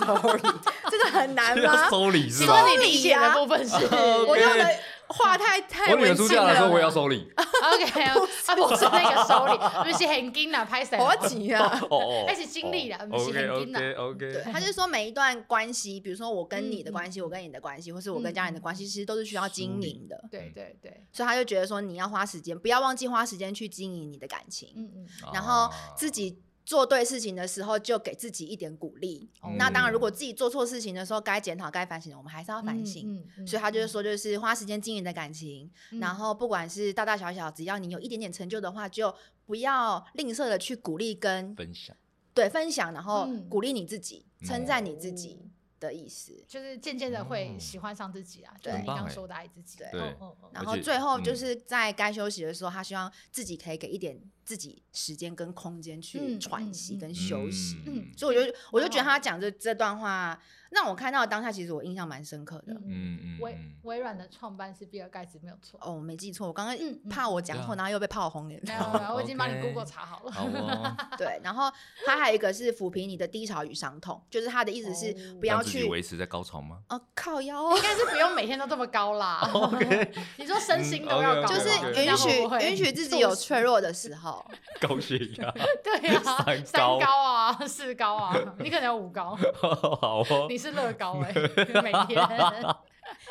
S4: 收理， 这个很难
S2: 这
S4: 吗
S2: 要？收礼是
S3: 希
S2: 吗？
S3: 望你
S4: 收
S3: 理
S4: 礼
S3: 解的
S4: 啊
S3: 部 分是
S2: 哦 OK
S4: 我用的话太太
S2: 我女儿
S4: 文
S2: 出
S4: 青
S2: 嫁的时候，
S4: 了，
S2: 我也要收礼。
S3: OK 啊，啊不是那个手里，就是很紧啦，拍谁？
S4: 好急啊！
S2: 哦哦
S3: 那是经历啦不是现金啦
S2: OK
S4: 对
S2: OK，，
S4: 他就说每一段关系，比如说我跟你的
S3: 嗯
S4: 关系，我跟你的关系，或是我跟家人的
S3: 嗯
S4: 关系，其实都是需要
S2: 梳
S4: 经
S2: 理
S4: 营的。
S3: 对对对，
S4: 所以他就觉得说，你要花时间，不要忘记花时间去经营你的感情。
S3: 嗯嗯，
S4: 然
S2: 哦
S4: 后
S2: 啊
S4: 自己做对事情的时候，就给自己一点鼓励。
S2: 嗯
S3: 哦
S4: 那当然，如果自己做错事情的时候，该检讨、该反省，我们还是要反省。
S3: 嗯，嗯
S4: 所以他就是，说，就是花时间经营的感情，
S3: 嗯
S4: 然后不管是大大小小，只要你有一点点成就的话，就不要吝啬的去鼓励跟
S2: 分享，
S4: 对分享，然后
S3: 嗯哦
S4: 鼓励你自己，
S2: 嗯
S4: 称赞你自己的意思。
S3: 就是渐渐的会
S2: 嗯
S3: 喜欢上自己啊，就是
S4: 对
S3: 你
S2: 很棒
S3: 刚刚
S2: 欸
S3: 说的爱自己，
S4: 对
S3: 嗯
S2: 对
S3: 嗯嗯
S4: 然
S2: 而
S4: 后
S2: 且
S4: 最后就
S2: 嗯
S4: 是在该休息的时候，他希望自己可以给一点自己时间跟空间去
S3: 嗯
S4: 喘
S3: 嗯
S4: 息
S3: 嗯
S4: 跟休息。
S2: 嗯
S4: 所以我就我就觉得
S3: 哦
S4: 他讲这这段话，让我看到的当下，其实我印象蛮深刻的。
S2: 嗯嗯
S3: 微
S2: 嗯
S3: 微软的创办是比尔盖茨，没有错。
S4: 哦，我没记错，我刚
S3: 嗯
S4: 刚
S3: 嗯
S4: 怕我讲错，
S2: 对啊
S4: 然后又被炮轰脸。
S3: 没有没有，我已经帮你
S2: OK
S3: Google 查好了。
S2: 好 哦，
S4: 对，然后他还有一个是抚平你的低潮与伤痛，就是他的意思是
S3: 哦
S4: 不
S2: 让
S4: 要
S2: 自己
S4: 去
S2: 维持在高潮 吗
S4: 哦靠腰哦，
S3: 应该是不用每天都这么高啦。
S2: ？OK，
S3: 你说身心都要
S2: 哦嗯
S4: 哦
S2: ，OK，OK，OK
S3: 高，
S4: 就是
S2: 对
S4: 允
S2: 然后
S4: 许允许自己有脆
S3: 弱，
S4: 弱的时候。
S2: 高血压，
S3: 对啊，
S2: 三
S3: 三
S2: 高
S3: 高啊，四高啊，你可能有五高，
S2: 好哦
S3: 你是乐 高哎，每天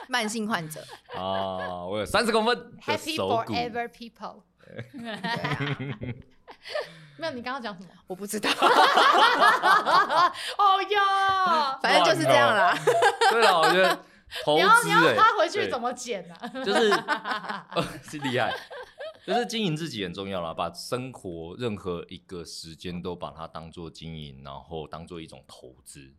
S4: 慢性患者，
S2: 啊，我有三十公分的
S3: Happy
S2: 手骨，
S3: forever people。没有，你刚刚讲什么？
S4: 我不知道，
S3: 哦 哟，
S4: 反正就是这样啦。嗯
S2: 对了，我觉 得投
S3: 你
S2: 资
S3: 要你要
S2: 欸
S3: 他回去
S2: 对
S3: 怎么剪 啊？
S2: 就是是 厉害，就是经营自己很重要了，把生活任何一个时间都把它当做经营，然后当做一种投资。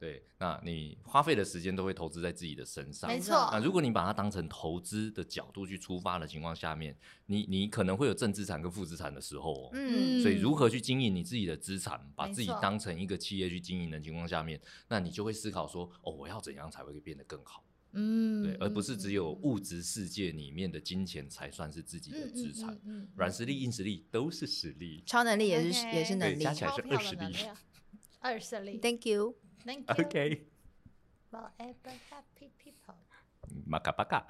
S2: 对，那你花费的时间都会投资在自己的身上。
S3: 没错
S2: 那如果你把它当成投资的角度去出发的情况下面，你你可能会有正资产跟负资产的时候、哦。
S4: 嗯，
S2: 所以，如何去经营你自己的资产，把
S3: 没
S2: 自己
S3: 错
S2: 当成一个企业去经营的情况下面，那你就会思考说，哦，我要怎样才会变得更好？
S3: 嗯
S2: 对，而不是只有物质世界里面的金钱才算是自己的资产，
S3: 嗯，嗯
S2: 软实力、硬实力都是实 力。
S4: 超能力也是也是
S3: OK
S4: 能
S2: 对
S4: 力
S2: 加。起来是
S3: 钞票的
S2: 20
S3: 能
S2: 粒
S3: 量，二十粒。
S4: Thank you，
S3: Thank you.
S2: OK，
S3: Forever happy people.
S2: 马卡巴卡，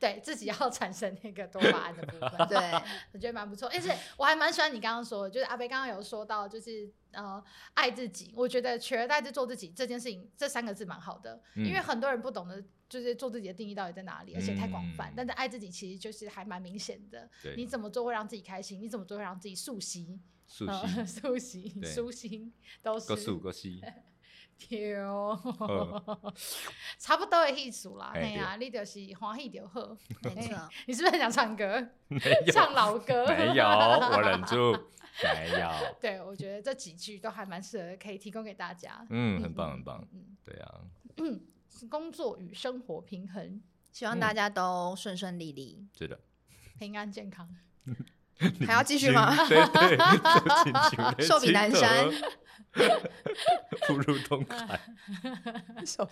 S3: 对自己要产生那个多巴胺的部 分，
S4: 对，
S3: 我觉得蛮不错。而且我还蛮喜欢你刚刚说的，就是阿贝刚刚有说到，就是呃爱自己，我觉得取而代之做自己这件事情，这三个字蛮好的，
S2: 嗯
S3: 因为很多人不懂得就是做自己的定义到底在哪里，而且太广泛。
S2: 嗯
S3: 但是爱自己其实就是还蛮明显的，
S2: 对，
S3: 你怎么做会让自己开心，你怎么做会让自己素习，
S2: 素
S3: 呃
S2: 心，
S3: 素习、
S2: 对
S3: 舒心都是
S2: 个素嗯个西，
S3: 丢，差不多的艺术啦，
S2: 嘿
S3: 哎呀，你就是欢喜就 好。
S4: 没错。
S3: 你是不是很想唱歌？
S2: 没
S3: 唱
S2: 有，
S3: 老歌？
S2: 没有，我忍。住，没有，
S3: 对，我觉得这几句都还蛮适合，可以提供给大家。
S2: 嗯，很棒，很棒，
S3: 嗯，
S2: 对啊，
S3: 工作与生活平衡。
S4: 希望大家都顺顺利利。
S2: 是的，
S3: 平安健康。
S4: 还要继续吗
S2: 对对，就请求人
S4: 寿比南山
S2: 请得步入东海。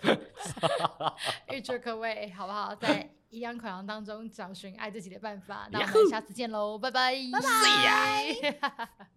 S3: 预祝各位好不好，在一样口粮当中找寻爱自己的办法。那我们下次见喽，拜拜，拜拜。